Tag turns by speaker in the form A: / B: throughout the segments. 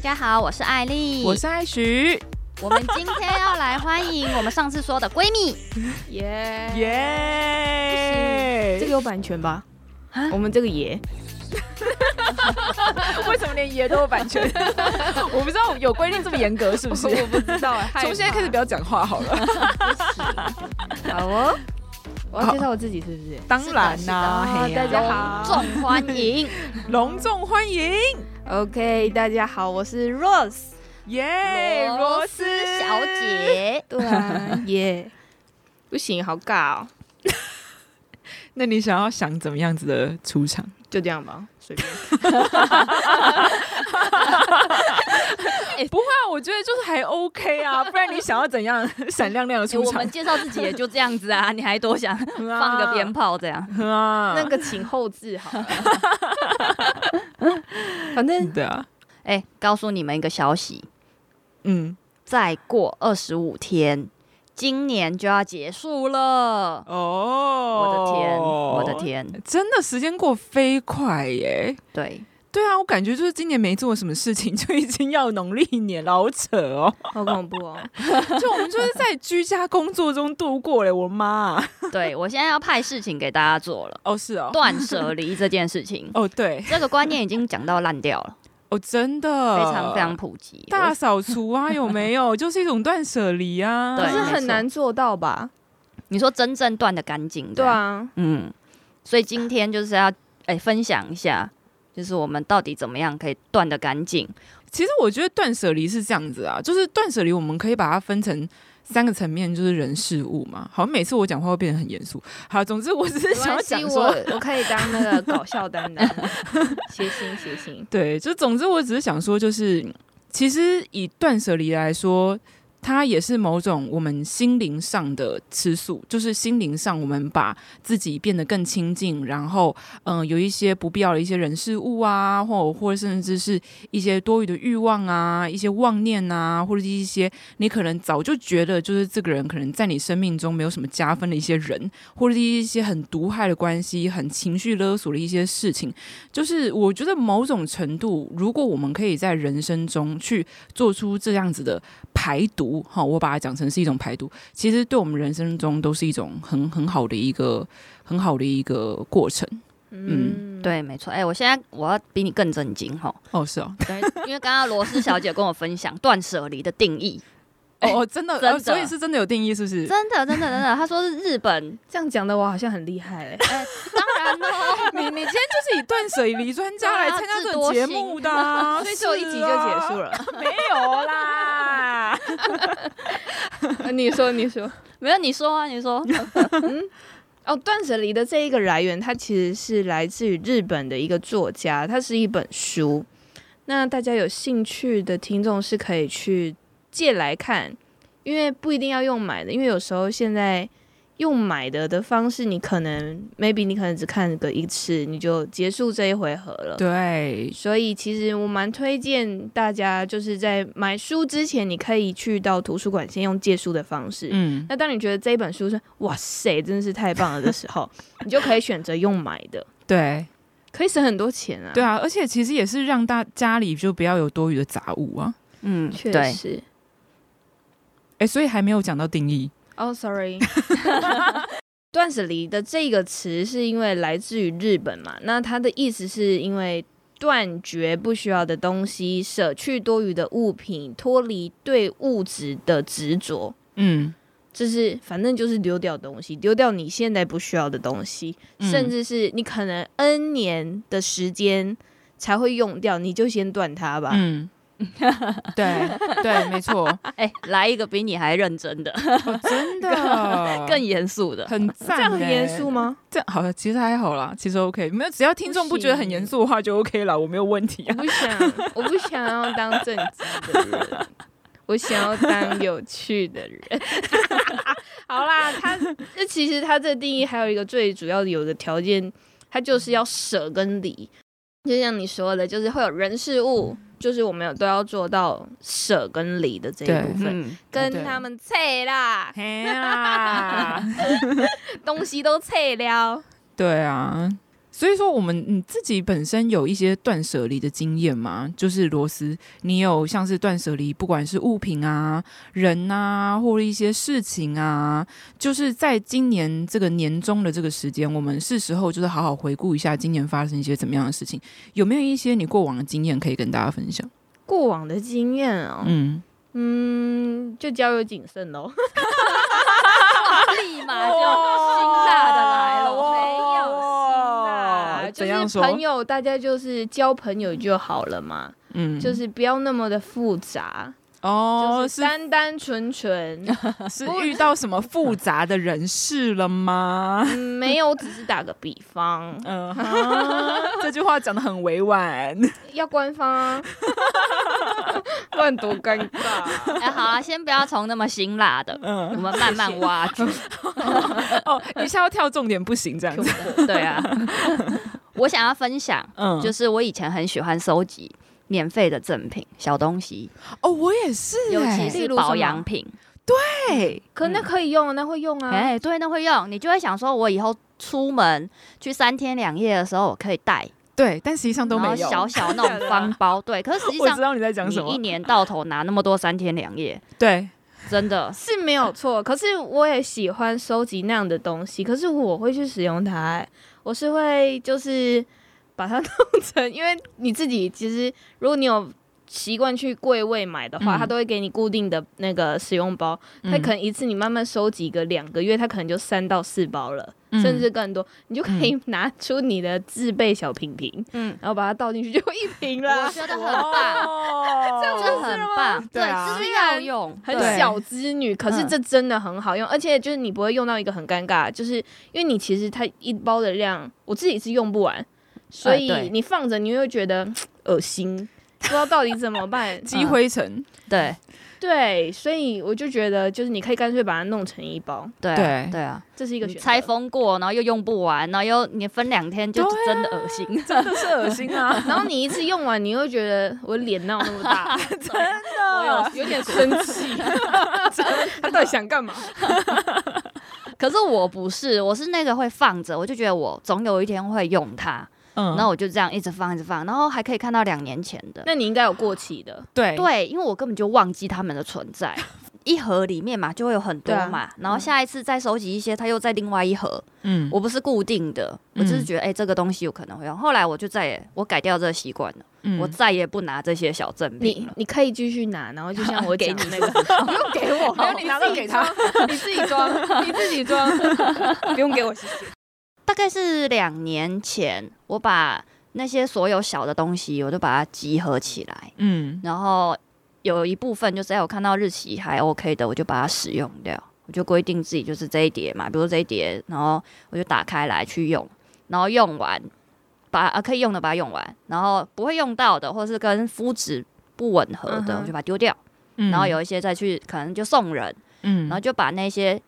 A: 家好，我是艾丽，
B: 我是艾徐，
A: 我们今天要来欢迎我们上次说的闺蜜，
C: 耶
B: 耶！
C: 这个有版权吧？我们这个 耶，
B: 为什么连爷都有版 权？我不知道有规定这么严格是不是？
C: 我不知 道哎。
B: 从现在开始不要讲话好 了。
C: 好哦，我要介绍我自己是不是？
B: 当然
A: 是
B: 啦、
C: 的
B: 嘿呀
C: 大家好
A: 众欢迎。
B: 隆重欢迎
C: OK，大家好，我是 Rose。
B: 耶，
A: 罗斯小，姐，
C: 对 啊，耶，不行，好尬哦，
B: 那你想要想怎么样子的出场？
C: 就这样吧，随便。
B: 不会啊，我觉得就是还 OK 啊，不然你想要怎样 闪亮亮的
A: 诶
B: 出
A: 我
B: 场
A: 们？介绍自己也就这样子啊，你还多想放个鞭炮这样？
B: 啊，
C: 那个请后置好 了。反正
B: 对啊，
A: 哎、告诉你们一个消息，
B: 嗯，
A: 再过二十五天，今年就要结束了。
B: 哦，
A: 我的天，我的，天，
B: 真的时间过飞快耶。
A: 对，
B: 对啊，我感觉就是今年没做什么事情，就已经要农历年了，好扯哦！
C: 好恐怖哦，
B: 就我们就是在居家工作中度过嘞，我妈、啊
A: 对我现在要派事情给大家做了，
B: 哦是哦，，
A: 断舍离这件事情
B: 哦对，
A: 这个观念已经讲到烂掉了，
B: 哦真的，
A: 非常非常普及。
B: 大扫除啊，有没有？就是一种断舍离啊。
A: 对
C: 可是
A: 没错
C: 很难做到吧？
A: 你说真正断的干净，
C: 对，啊，
A: 嗯，所以今天就是要哎、分享一下，就是我们到底怎么样可以断的干净。
B: 其实我觉得断舍离是这样子啊，就是断舍离，我们可以把它分成三个层面，就是人事物嘛。好像每次我讲话会变得很严肃。好，总之我只是
C: 没
B: 想要
C: 关
B: 讲
C: 系，我
B: 说，
C: 我可以当那个搞笑担 当，谐星谐星。
B: 对，就总之我只是想说，就是其实以断舍离来说，它也是某种我们心灵上的吃素，就是心灵上我们把自己变得更亲近，然后嗯、呃有一些不必要的一些人事物啊，或或甚至是一些多余的欲望啊、一些妄念啊，或者是一些你可能早就觉得就是这个人可能在你生命中没有什么加分的一些人，或者是一些很毒害的关系、很情绪勒索的一些事情，就是我觉得某种程度，如果我们可以在人生中去做出这样子的排毒，哈，我把它讲成是一种排毒，其实对我们人生中都是一种很很好的一个很好的一个过程。
C: 嗯，
A: 对，没错。哎、我现在我要比你更震惊哈，
B: 哦，是哦，
A: 对因为刚刚罗斯小姐跟我分享断舍离的定义，
B: 哦哦，真 的，
A: 真的
B: 哦所以是真的有定义，是不是？
A: 真的，真的，真的，她说是日本，
C: 这样讲的我好像很厉害哎、
A: 当然喽，
B: 你你今天就是以断舍离专家 来参加这个节目的啊、
C: 哦所以只有一集就结束
B: 了，
C: 了。
B: 没有啦。
C: 啊 你说，你说，
A: 没有你说啊，你 说，
C: 哦，断舍离的这一个来源，它其实是来自于日本的一个作家，它是一本书。那大家有兴趣的听众是可以去借来看，因为不一定要用买的，因为有时候现在用买的的方式，你可能 maybe 你可能只看个一次，你就结束这一回合了。
B: 对，
C: 所以其实我蛮推荐大家，就是在买书之前，你可以去到图书馆先用借书的方式。
B: 嗯，
C: 那当你觉得这一本书是哇塞，真是太棒了的时候，你就可以选择用买的，
B: 对，
C: 可以省很多钱啊。
B: 对，啊，而且其实也是让大家里就不要有多余的杂物啊。
A: 嗯，
C: 确
A: 对，
C: 实。
B: 哎，所以还没有讲到定义。
C: 哦、s o r r y 断舍离的这个词是因为来自于日本嘛，那它的意思是因为断绝不需要的东西，舍去多余的物品，脱离对物质的执着。
B: 嗯，
C: 就是反正就是丢掉东西，丢掉你现在不需要的东西，
B: 嗯
C: 甚至是你可能 N 年的时间才会用掉，你就先断它吧。
B: 嗯， 对对，没错，
A: 哎、来一个比你还认真的，
B: 哦真 的
A: 更严肃的，
B: 很赞，
C: 这样很严肃？吗？
B: 这样好了，其实还好啦，其实 OK，没有，只要听众不觉得很严肃的话就 OK 了，我没有问题
C: 我
B: 啊。
C: 不想，我不想要当正经的人，我想要当有趣的人。 好啦，他这其实他这定义还有一个最主要的有一个条件，它就是要舍跟离。就像你说的，就是会有人事物，就是我们有都要做到舍跟离的这一
B: 对
C: 部分，
A: 嗯，
C: 跟他们脆啦，
B: 嘿啊，
C: 东西都脆了。
B: 对啊，所以说，我们你自己本身有一些断舍离的经验吗？就是罗斯，你有像是断舍离，不管是物品啊、人啊，或者一些事情啊，就是在今年这个年终的这个时间，我们是时候就是好好回顾一下今年发生一些怎么样的事情，有没有一些你过往的经验可以跟大家分享？
C: 过往的经验哦，
B: 嗯，
C: 嗯，就交友谨慎喽。
A: 立马就辛辣的来了，
B: 哇
A: 没有辛
B: 哇
A: 辣，
B: 哦怎样
C: 啊就是
B: 说
C: 朋友，大家就是交朋友就好了嘛，
B: 嗯，
C: 就是不要那么的复杂，
B: 哦，
C: 就是单单纯纯，
B: 是遇到什么复杂的人事了吗？
C: 嗯，没有，只是打个比方，
B: 嗯，哈这句话讲的很委婉。
C: 要官方啊， 不然多尴尬。
A: 哎，好啊，先不要从那么辛辣的，我
B: 嗯，
A: 们慢慢挖掘。
B: 哦，一下要跳重点不行，这样子。
A: 对啊， 我想要分享，
B: 嗯，
A: 就是我以前很喜欢收集免费的赠品、小东西，
B: 哦，我也是
A: 尤
B: 欸，
A: 其
C: 例
A: 是
C: 如
A: 保
C: 什么
A: 养品。
B: 对，
C: 可那可以用，那会用啊。
A: 哎、对，那会用，你就会想说，我以后出门去三天两夜的时候，我可以带，
B: 对，但实际上都
A: 然后
B: 没有。
A: 小小那
C: 真的
A: 种
C: 啊。
A: 方包，对。可是实际
B: 我
A: 上
B: 知，道你在讲
A: 你
B: 什
A: 一
B: 么。
A: 年到头拿那么多三天两夜，
B: 对，
A: 真的
C: 是没有错，可是我也喜欢收集那样的东西，可是我会去使用它、哎我是会就是把它 弄成，因为你自己其实如果你有习惯去柜位买的话，
B: 嗯
C: 它都会给你固定的那个使用包，它
B: 嗯
C: 可能一次你慢慢收集个两个月，它可能就三到四包了，
B: 嗯
C: 甚至更多，你就可以 拿出你的自备小瓶瓶，
A: 嗯，
C: 然后把它倒进去就一瓶
A: 我
C: 了，
A: 觉得很 棒，
B: 哦
A: 这很棒，
B: 对啊。
A: 就是要用，
C: 很
A: 对
C: 小资女，可是
A: 嗯
C: 这真的很好用，而且就是你不会用到一个很尴尬，就是因为你其实它一包的量，我自己是用不完，所以
A: 哎对
C: 你放着你又觉得嘖恶心，不知道到底怎么 办
B: 积灰尘。
A: 对
C: 对，所以我就觉得就是你可以干脆把它弄成一包，
A: 对啊
B: 对
A: 对啊，
C: 这是一个
A: 你
C: 选择
A: 拆封过，然后又用不完，然后又你分两天就
B: 对啊
A: 真的恶心，
B: 真的是恶心啊！
C: 然后你一次用完，你又觉得我脸闹那 么大，我有有点生气， 他到底想 干嘛？
A: 可是我不是，我是那个会放着，我就觉得我总有一天会用它，
B: 嗯
A: 然后我就这样一直放一直放，然后还可以看到两年前的。
C: 那你应该有过期的，
B: 对
A: 对，因为我根本就忘记它们的存 在。一盒里面嘛，就会有很多
C: 对啊
A: 嘛，然后下一次再收集一些，它又在另外一盒。
B: 嗯，
A: 我不是固定的，我就是觉得哎、这个东西有可能会用。后来我就再也我改掉这个习惯了，
B: 嗯
A: 我再也不拿这些小赠品
C: 你
A: 了。
C: 你可以继续拿，然后就 像我
A: 给
C: 讲的那个， 不用给我，
B: 没有你拿到给他，
C: 你自己 装，你自己装，不用给我，谢谢。
A: 大概是两年前，我把那些所有小的东西，我就把它集合起来。
B: 嗯
A: 然后有一部分就是哎，我看到日期还 OK 的，我就把它使用掉。我就规定自己就是这一叠嘛，比如说这一叠，然后我就打开来去用，然后用完把啊可以用的把它用完，然后不会用到的或是跟肤质不吻合
C: 嗯
A: 的，
C: 哼
A: 我就把它丢掉。
B: 嗯
A: 然后有一些再去可能就送人，
B: 嗯
A: 然后就把那些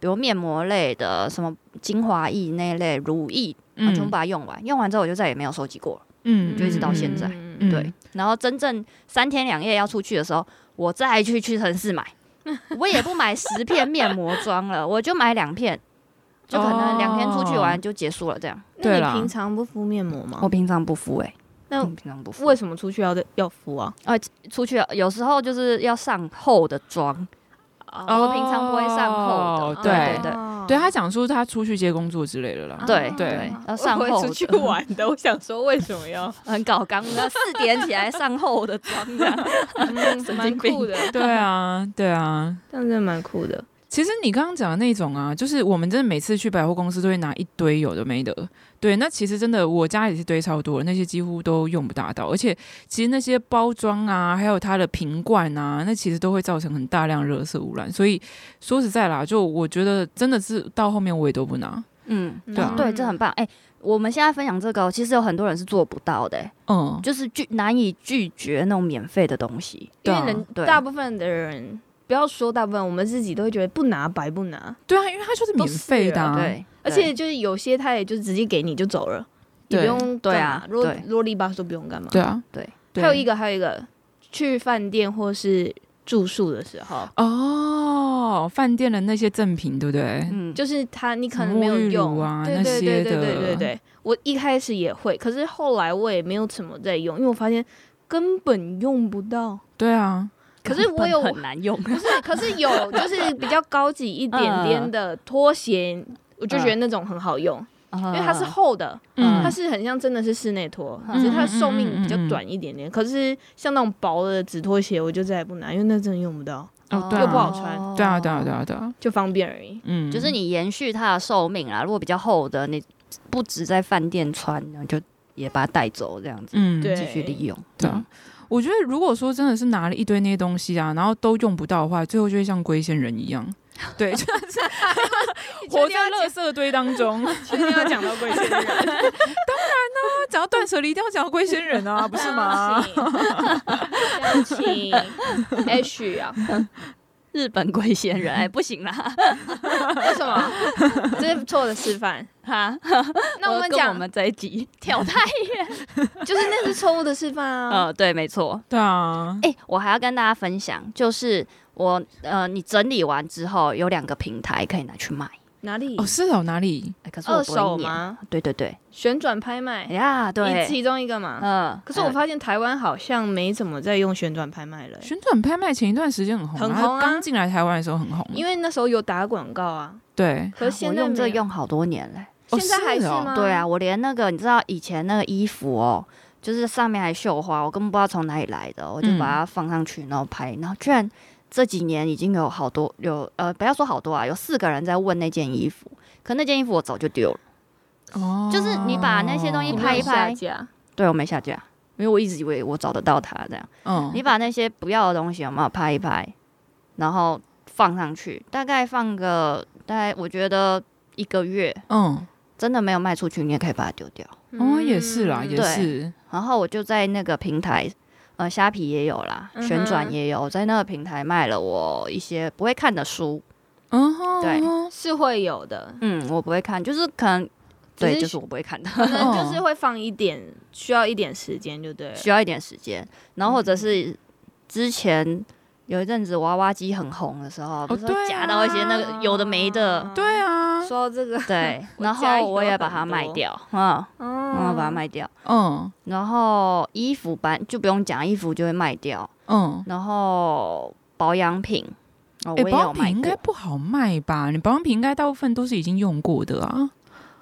A: 比如面膜类的、什么精华液那类、乳液，然啊后全部把它用完。用完之后我就再也没有收集过了。
B: 嗯
A: 就一直到现在
C: 嗯
A: 对，然后真正三天两夜要出去的时候，我再去屈臣氏买，我也不买十片面膜装了，我就买两片，就可能两天出去玩就结束了这样。
B: 对
C: 那
B: 啦
C: 你平常不敷面膜吗
A: 哦嗯我？平常不敷哎、
C: 那
A: 我平常不敷
C: 为，什么出去要要敷啊？
A: 出去有时候就是要上厚的妆，我平常不会上厚的，
B: 对
A: 对对。啊
B: 对他讲说他出去接工作之类的啦。
A: 对
C: 哦啊
A: 对要
C: 我
A: 上
C: 会
A: 厚
C: 出
A: 的
C: 去玩的，我想说为什么要？
A: 很搞刚的，四点起来上厚的妆这样。
C: 嗯，蛮酷的，
B: 对啊，对啊。
C: 这样真的蛮酷的。
B: 其实你刚刚讲的那种啊，就是我们真的每次去百货公司都会拿一堆有的没的。对，那其实真的我家也是堆超多的，那些几乎都用不大到。而且其实那些包装啊，还有它的瓶罐啊，那其实都会造成很大量热色污染。所以说实在啦，就我觉得真的是到后面我也都不拿。
A: 嗯，
C: 对
B: 啊
A: 对，这很棒。哎、我们现在分享这个哦，其实有很多人是做不到的、哎
B: 嗯，
A: 就是拒难以拒绝那种免费的东西。
C: 因
B: 对
C: 为
B: 啊
C: 人
A: 对
C: 大部分的人，不要说大部分，我们自己都会觉得不拿白不拿，
B: 对啊，因为它就是免费的、啊。
A: 对，
C: 而且就是有些他也就直接给你就走了，你
B: 对
C: 不用
A: 对啊
C: 干嘛啰
A: 对
C: 啰里吧嗦不用干嘛。
B: 对啊，
A: 对。
C: 还有一
B: 个
C: 个还有一个，去饭店或是住宿的时
B: 嗯
C: 候，
B: 哦，饭店的那些赠品，对不对？
A: 嗯，就
C: 就是他你可能没有
B: 沐浴
C: 用
B: 乳啊
C: 对
B: 那
C: 对
B: 些
C: 对对对
B: 的
C: 对对，我一开始也会，可是后来我也没有怎么在用，因为我发现根本用不到。
B: 对啊，
C: 可是我有
A: 很难用，
C: 不是， 可是有就是比较高级一点点的拖鞋，我就
B: 嗯
C: 觉得那种很好用，
A: 因
C: 因为它是厚的，
A: 嗯
C: 它是很像真的是室内拖，
A: 嗯
C: 只是它的寿命比较短一点点。可是像那种薄的纸拖鞋，我就再也不拿，因为那真的用不到，
B: 哦对啊
C: 又不好穿
B: 对啊，对啊，对啊，对啊，
C: 就方便而已。
B: 嗯，
A: 就是你延续它的寿命啊啦。如果比较厚的，你不止在饭店穿，你就也把它带走，这样子
B: 嗯，
C: 对
A: 继续利用。
B: 对啊。我觉得如果说真的是拿了一堆那些东西啊，然后都用不到的话，最后就会像龟仙人一样，对，就是活在垃圾堆当中。啊
C: 确定要讲到贵贱 人，
B: 那讲到断舍离，一定要讲到龟仙人啊，不是 吗？
C: 不行？要请 H 啊？
A: 日本龟仙人，哎，不行 啦，
C: 为什么？这是错的示范。
A: 哈。
C: 那我们
A: 跟我
C: 讲，
A: 们这一 集挑太
C: 就是那是错误的示 范啊。
A: 呃，对，没错。
B: 对啊，
A: 哎、我还要跟大家分享，就是我呃，你整理完之后有两个平台可以拿去卖，
C: 哪里
B: 哦，？是哦，哪里？
A: 哎可是我
C: 二
A: 不会
C: 手
A: 念。
C: 吗？
A: 对对对，
C: 旋转拍
A: 哎
C: 卖，
A: 呀，
C: 你
A: 对，
C: 其中一个嘛。
A: 嗯。
C: 可是我
A: 嗯
C: 发现台湾好像没怎么在用旋转拍卖
A: 哦
C: 了欸、
B: 旋转拍卖前一段时间很红，
C: 很红啊
B: 它刚进来台湾的时候很红，
C: 因
B: 为
C: 为那时候有打广告啊。
B: 对，
C: 可是现
A: 我
C: 在
A: 用这
C: 没有
A: 用好多年嘞、
B: 哦
C: 现在还
B: 是
C: 是
B: 哦
C: 吗？
A: 对啊，，我连那个你知道以前那个衣服哦，就是上面还绣花，我根本不知道从哪里来的，我就
C: 嗯
A: 把它放上去，然后拍，然后居然这几年已经有好多有呃，不要说好多啊，有四个人在问那件衣服，可那件衣服我早就丢了，
B: 哦，
A: 就是你把那些东西
C: 你没有
A: 拍一拍
C: 下架
A: 对我没下架，因为我一直以为我找得到它这样。
B: 嗯，
A: 你把那些不要的东西有没有拍一拍，然后放上去，大概放个大概我觉得一个月，
B: 嗯，
A: 真的没有卖出去，你也可以把它丢掉。
B: 哦，也是啦，
C: 嗯
B: 也是，
A: 然后我就在那个平台，呃，虾皮也有啦，
C: 嗯哼
A: 旋转也有，在那个平台卖了我一些不会看的书。
B: 嗯哼，
A: 对
B: 嗯哼
C: 是会有的，
A: 嗯，我不会看，就是可能
C: 只
A: 对，
C: 是
A: 就是我不会看的，
C: 可能就是会放一点，需要一点时间，就对了。
A: 需要一点时间。然后或者是之前有一阵子娃娃机很红的时候，不是
B: 对啊
A: 会夹到一些那个有的没的，
B: 对啊，
C: 哦说到这个，
A: 对，
C: 我
A: 然
C: 家
A: 后
C: 有
A: 我也把它
C: 很多
A: 卖掉，嗯，然后
C: 嗯
A: 把它卖掉。
B: 嗯
A: 然后衣服吧就不用讲，衣服就会卖掉。
B: 嗯，
A: 然后保养品，哦，我
B: 哎，
A: 也
B: 保
A: 有
B: 养
A: 卖
B: 品应
A: 过
B: 该。不好卖吧？你保养品应该大部分都是已经用过的啊，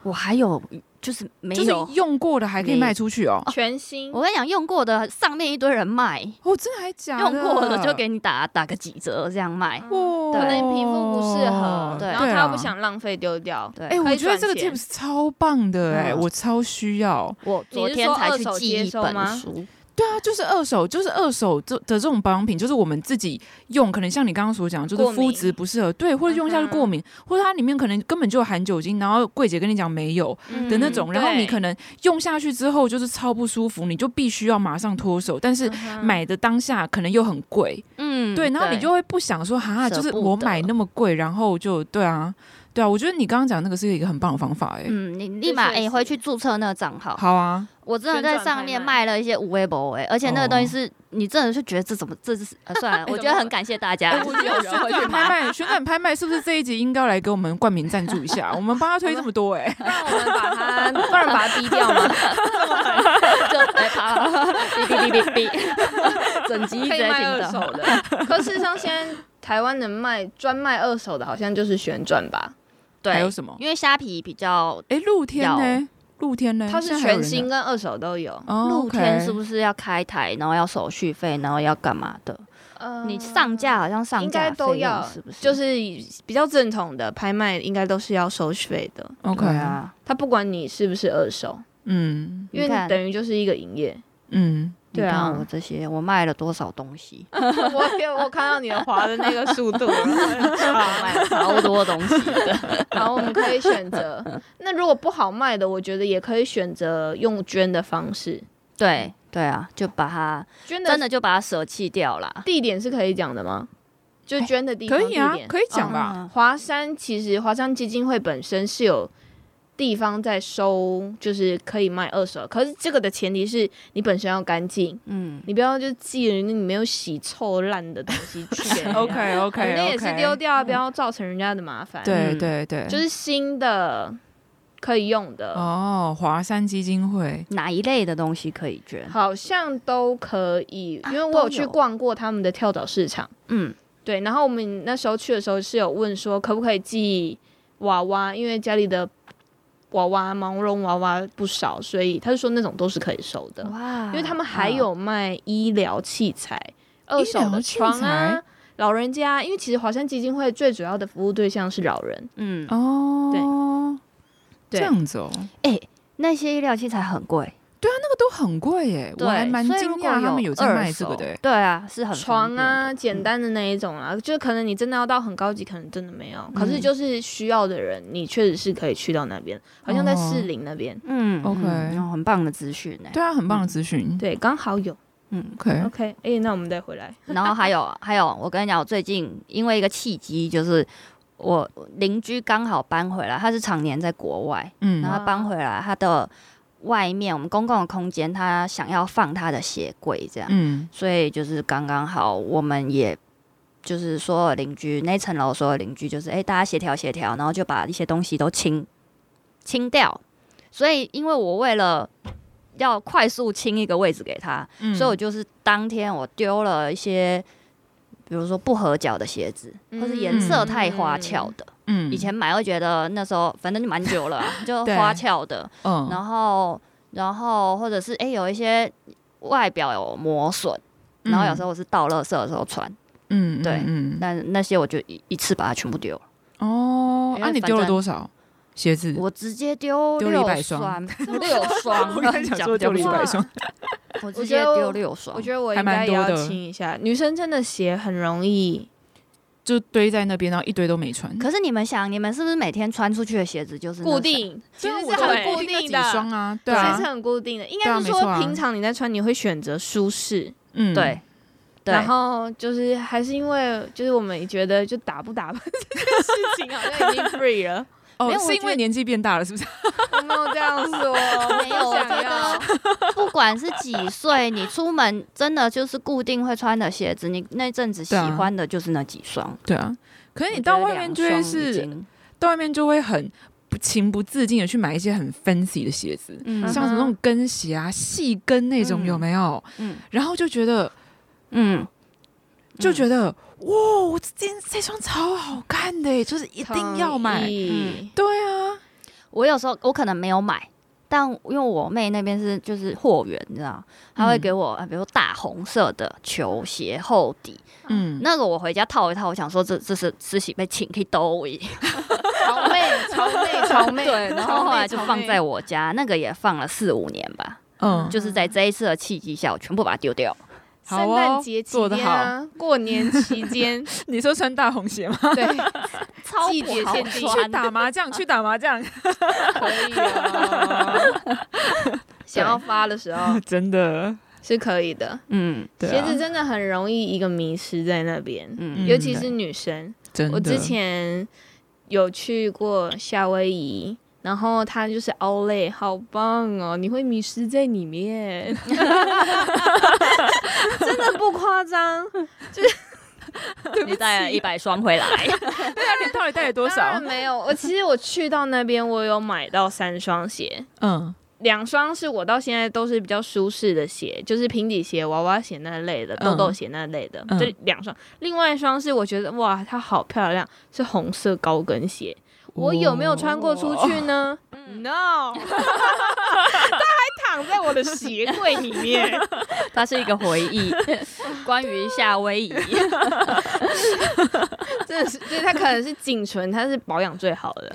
A: 我还有就是没
B: 就是
A: 有，
B: 用过的还可以
A: 没
B: 卖出去哦。
C: 全新，
A: 我跟你讲，用过的上面一堆人卖，
B: 哦，真的还假的？
A: 用过的就给你打打个几折这样卖。
B: 哇，
C: 可能皮肤不适合，
A: 对
C: 然后
B: 啊
C: 他又不想浪费丢掉，
A: 对，
B: 哎、我觉得这个
C: 可以赚钱
B: tips 超棒的哎、
A: 嗯
B: 我超需要。
A: 我昨
C: 你是
A: 天
C: 说
A: 才
C: 二
A: 去
C: 手
A: 寄
C: 接
A: 一
C: 收
A: 本
C: 吗
A: 书，
B: 对啊，就是二手，就是二手这的这种保养品，就是我们自己用，可能像你刚刚所讲，就是
C: 过敏嗯
B: 肤质不适合，对，或者用下去过敏，或者它里面可能根本就有含酒精，然后柜姐跟你讲没有
C: 嗯
B: 的那种，然后你可
C: 能
B: 能用下去之后就是超不舒服，你就必须要马上脱手，但是。买的当下可能又很贵，
A: 嗯，
B: 对，然后你就会不想说，哈，
A: 舍
B: 就是
A: 不
B: 我
A: 得
B: 买那么贵，然后就对啊，对啊，我觉得你刚刚讲那个是一个很棒的方法、哎、
A: 嗯，你立马
C: 确
A: 哎
C: 实
A: 回去注册那个账号。
B: 好啊，
A: 我真的
C: 旋
A: 在
C: 转
A: 上
C: 拍
A: 面
C: 卖
A: 卖了一些无微博哎，而且那个东西
B: 哦
A: 是你真的是觉得这怎么这是呃算了，我
C: 怎
A: 觉得
C: 么
A: 很感谢大家，
B: 哎，
A: 就
B: 我
A: 是
B: 觉
A: 有
B: 得
A: 人
B: 旋
A: 会去
B: 转
A: 买。
B: 拍卖，旋转拍卖是不是这一集应该要来给我们冠名赞助一下？我们帮他推这么多 哎、
C: 不然我们把它，不然把它逼掉吗？
A: 就哎啪啪啪，哔哔哔哔哔，整集一直
C: 可以卖
A: 在
C: 二
A: 听
C: 手
A: 到。
C: 的。可事实上，现在台湾能卖专卖二手的，好像就是旋转吧，
A: 对，
B: 还有什么？
A: 因为虾皮比较
B: 哎、露天呢？露天呢？
C: 它是
B: 嗯现在还有
C: 全
B: 人
C: 新
B: 呢
C: 跟二手都有。
B: 哦，
A: 露天是
B: 是？
A: 不是要开台，然后要手续费，然后要干嘛的？
B: 嗯
C: 呃
A: 你上架好像上架
C: 应该都
A: 费用
C: 要
A: 是不是？
C: 就是比较正统的拍卖，应该都是要收费的。
B: OK
A: 对，啊，
C: 它不管你是不是二手，
B: 嗯
C: 因为
A: 你看
C: 你等于就是一个营业。
B: 嗯，
A: 你
C: 对啊
A: 看我这些，我卖了多少东 西，
C: 我也我看到你的滑的那个速 度，啊
A: 卖了超多东 西的。
C: 然后我们可以选择。那如果不好卖的，我觉得也可以选择用捐的方式。
A: 对对啊，就把它
C: 捐
A: 真的就把它舍弃掉啦。
C: 地点是可以讲的吗？就
A: 哎
C: 捐的地方、
B: 可以啊
C: 地，点
B: 可以讲吧？
A: 嗯
C: 华山其实华山基金会本身是有地方在收，就是可以卖二手，可是这个的前提是你本身要干净，
A: 嗯，
C: 你不要就寄人家你没有洗臭烂的东西去 给人家
B: OK
C: 哦 人
B: OK
C: 家也
B: OK，
C: 是丢掉，不要造成人家的麻烦。
B: 对
A: 嗯
B: 对对，
C: 就是新的可以用的，
A: 呃
B: 哦，华山基金会，
A: 哪一类的东西可以捐？
C: 好像都可以，
A: 啊
C: 因为我有
A: 都
C: 去
A: 有
C: 逛过他们的跳蚤市场。
A: 嗯，
C: 对，然后我们那时候去的时候是有问说可不可以寄娃娃，因为家里的娃娃毛绒娃娃不少，所以他就说那种都是可以收的，
A: 哇
C: 因为他们还
A: 啊
C: 有卖医疗器材、二
B: 医
C: 手
B: 疗
C: 的
B: 器
C: 床啊
B: 材。
C: 老人家，因为其实华山基金会最主要的服务对象是老人，
A: 嗯，
B: 哦，
C: 对
B: 这样子哦，
A: 哎、那些医疗器材很贵，
B: 那个都很贵耶，我
A: 对，
B: 还蛮
A: 所以
B: 惊
A: 如果
B: 讶他们有在
A: 二
B: 卖这个
A: 手
B: 的耶。
A: 对啊，是很方
C: 床
A: 便
C: 啊，
A: 的
C: 简单的那一种啊，就可能你真的要到很高级，可能真的没有。可是
B: 嗯
C: 就是需要的人，你确实是可以去到那边，好像在
B: 哦
C: 士林那边，
A: 嗯
B: OK
A: 嗯有很棒的资讯呢。
B: 对啊，很棒的资讯。
C: 对，刚好有。
A: 嗯，
B: OK，
C: OK，哎、那我们再回 来。
A: 然后还有还有，我跟你讲，我最近因为一个契机，就是我邻居刚好搬回来，他是常年在国外，然
B: 嗯
A: 后他搬回来，他的外面我们公共的空间，他想要放他的鞋柜这样，
B: 嗯，
A: 所以就是刚刚好，我们也就是所有邻居那层楼所有邻居，就是哎、诶大家协调协调，然后就把一些东西都清清掉。所以因为我为了要快速清一个位置给他，
B: 嗯
A: 所以我就是当天我丢了一些。比如说不合脚的鞋子，或是颜色太花俏的，
B: 嗯
A: 以前买会觉得那时候反正就蛮久了啊、就
B: 对
A: 花俏的，
B: 嗯
A: 然后然后或者是哎、诶有一些外表有磨损，然后有时候我是倒垃圾的时候穿，
B: 嗯嗯
A: 对
B: 嗯嗯
A: 但那些我就一一次把它全部丢了，
B: 哦，
A: 因
B: 啊，
A: 为
B: 你
A: 反
B: 丢了
A: 正
B: 多少鞋子？
A: 我直接丢
B: 嗯丢了
A: 六
B: 100双
A: 这么六双，
B: 我刚才想说丢了一
A: 讲不
B: 百
A: 出
B: 双，
A: 来我直接丢六双，
C: 我觉得我
B: 还
C: 应
B: 蛮
C: 该也
B: 多
C: 要
B: 的
C: 清一下，女生真的鞋很容易，
B: 就堆在那边，然后一堆都没穿。
A: 可是你们想，你们是不是每天穿出去的鞋子就是那
C: 固
A: 三
C: 定，其
B: 对
C: 实
B: 啊
C: 是
B: 我就
C: 很
B: 会
C: 固
B: 固定那
C: 定
B: 几
C: 的，
B: 双啊，
C: 其
B: 对啊
C: 实是，很固定的。应
B: 对
C: 该
B: 啊
C: 是
B: 没错
C: 说
B: 啊
C: 平常你在穿，你会选择舒适，
B: 嗯，
A: 对对
C: 然后就是还是因为就是我们觉得就打不打扮 这件事情好像 已经 free 了，
A: 没
B: 哦，
A: 有我
B: 是因
A: 觉
B: 为
A: 得
B: 年纪变大了，是不是？
C: 我没有这样说，
A: 没有，
C: 我
A: 我
C: 想
A: 觉
C: 要
A: 得。不管是几岁，你出门真的就是固定会穿的鞋子，你那阵子喜
B: 对啊
A: 欢的就是那几双。
B: 对啊，可是
A: 我
B: 你
A: 觉
B: 到
A: 得
B: 外
A: 两
B: 面就会
A: 双已
B: 是
A: 经
B: 到外面就会很不情不自禁的去买一些很 fancy 的鞋子，
A: 嗯
B: 像什么那
C: 嗯
B: 种跟鞋啊、细跟那种
A: 嗯
B: 有没有？
A: 嗯
B: 然后就觉得
A: 嗯，
B: 就
A: 得
B: 觉
C: 嗯
B: 得哇，我这件这双超好看的耶，就是 一定要买
C: 同。意
B: 对啊，
A: 我有时候我可能没有买，但因为我妹那边是就是货源，你知道，她会
B: 嗯
A: 给我、呃比如说大红色的球鞋厚底，
B: 嗯，
A: 那个我回家套一套，我想说这这是是洗被请去兜 一，
C: 潮妹，潮妹，潮妹，
A: 对，然后后来就放在
C: 我
A: 我家，那个也放了四五年吧，
B: 嗯，
A: 就是在这一次的契机下，我全部把它丢掉。
B: 好
C: 圣
B: 哦
C: 诞节期
B: 做得
C: 间啊，过年 期间，
B: 你说穿大红 鞋吗？
C: 对，
A: 超
C: 季节限定
B: 去打麻将，去打麻 将，
C: 可以哦。想要发的 时候
B: 真的。
C: 是可以的，
A: 嗯
B: 对
C: 鞋
B: 啊
C: 子真的很容易一个迷失在那边，
A: 嗯
C: 尤其是女生。
B: 真的，
C: 我 之前有去过夏威夷。然后它就是 o l 好棒哦！你会迷失在里面， 真的不夸张。
A: 你带了一百双回来，
B: 对啊，你到底带 了多
C: 当然
B: 少？
C: 没有，我其实我去到那边，我有买到三双鞋，
B: 嗯，
C: 两双是我到现在都是比较舒适的鞋，就是平底鞋、娃娃鞋那类的、
B: 嗯
C: 豆豆鞋那类的，
B: 嗯
C: 这两双。另外一双是我觉得哇，它好漂亮，是红色高跟鞋。我有没有穿过出去呢、n o 它还躺在我的鞋柜里面。
A: 它是一个回 忆，关于夏威夷。
C: 真的是，就是它可能是仅存，它是保养最好的。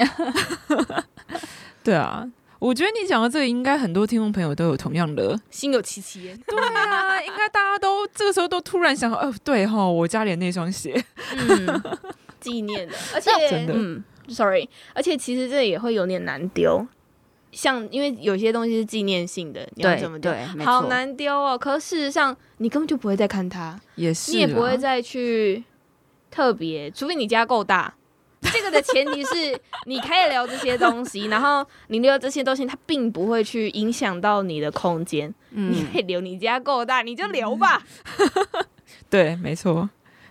B: 对啊，我觉得你讲的这个，应该很多听众朋友都有同样的。
C: 心有戚戚焉。
B: 对啊，应该大家都这个时候都突然想到，哦，对哈、我家里的那双鞋，
A: 嗯
C: 纪念的， 而且
B: 真的
A: 嗯，
C: sorry，而且其实这也会有点难丢，像因为有些东西是纪念性的，你要
A: 对
C: 怎么丢？
A: 对，没
C: 好
A: 错。
C: 难丢哦。可事实上，你根本就不会再看它，
B: 也是，啊
C: 你也不会，再去特别，除非你家够大。这个的前提是你开得了这些东西，然后你留这些东西，它并不会去影响到你的空间。你
A: 嗯
C: 可以留，你家够大，你就留吧。
B: 对，没错，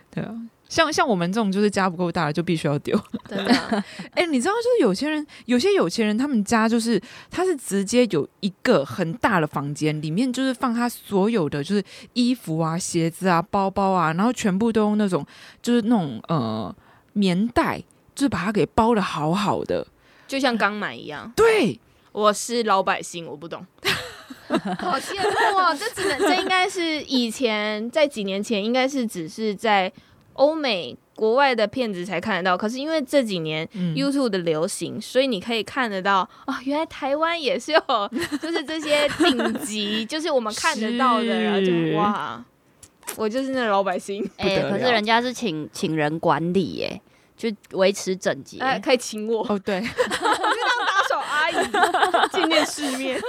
B: 对啊，像像我们这种就是家不够大的就必须要 丢。
C: 真的，
B: 哎、你知道，就是有些人，有些有钱人，他们家就是他是直接有一个很大的房间，里面就是放他所有的就是衣服啊、鞋子啊、包包啊，然后全部都用那种就是那种呃棉袋，就是把它给包的好好的。
C: 就像刚买一样。
B: 对，
C: 我是老百姓，我不懂。 好羡慕哦！这只能这应该是以前在几年前，应该是只是在欧美国外的片子才看得到。可是因为这几年
B: 嗯
C: YouTube 的流行，所以你可以看得到哦，原来台湾也是有，就是这些顶级，就是我们看得到的，然后
B: 是
C: 就哇，我就是那老百姓，
B: 不得
A: 哎、可是
B: 了
A: 人家是请请人管理耶、就维持整洁。
C: 哎，可以请我，
B: 哦对，
C: 我就当打扫阿姨，见见世 面，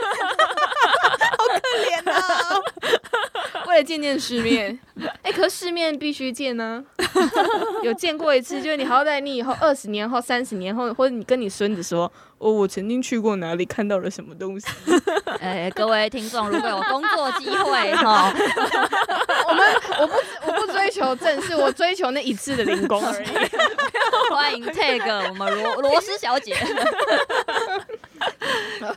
C: 好可怜啊！为了见见世面，哎、可是世面必须见呢、 有见过一次，就是你好歹你以后二十年后、三十年后，或者你跟你孙子说，哦，我曾经去过哪里，看到了什么东西。
A: 哎、各位听众，如果有工作机 会哈，
C: 我们我不我不追求正事，我追求那一次的零工而已。
A: 欢迎 tag 我们 罗罗斯小姐。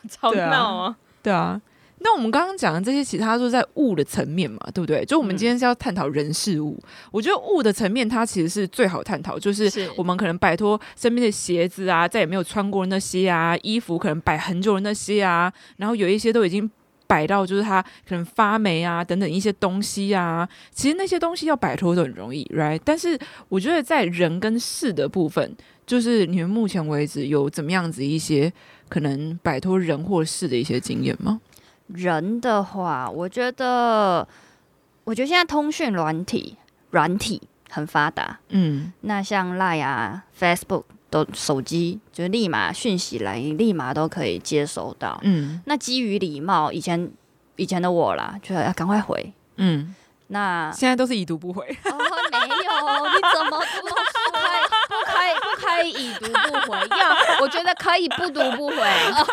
C: 吵
B: 对啊
C: 闹啊！
B: 对啊。那我们刚刚讲的这些，其他都是在物的层面嘛，对不对？就我们今天是要探讨人事物，我觉得物的层面它其实是最好探讨，就是
C: 是
B: 我们可能摆脱身边的鞋子啊，再也没有穿过的那些啊，衣服可能摆很久的那些啊，然后有一些都已经摆到就是它可能发霉啊等等一些东西啊，其实那些东西要摆脱都很容易，right？但是我觉得在人跟事的部分，就是你们目前为止有怎么样子一些可能摆脱人或事的一些经验吗？
A: 人的话，我觉得，我觉得现在通讯软体软体很发达，
B: 嗯，
A: 那像 Line 啊、Facebook 都手机就立马讯息来，立马都可以接收到。
B: 嗯
A: 那基于礼貌，以前以前的我啦，就要赶快回。
B: 嗯，
A: 那
B: 现在都是已读不回。
A: 哦，没有，你怎么读不回？
C: 不可以，不可以已读不回，要我觉得可以不读不回，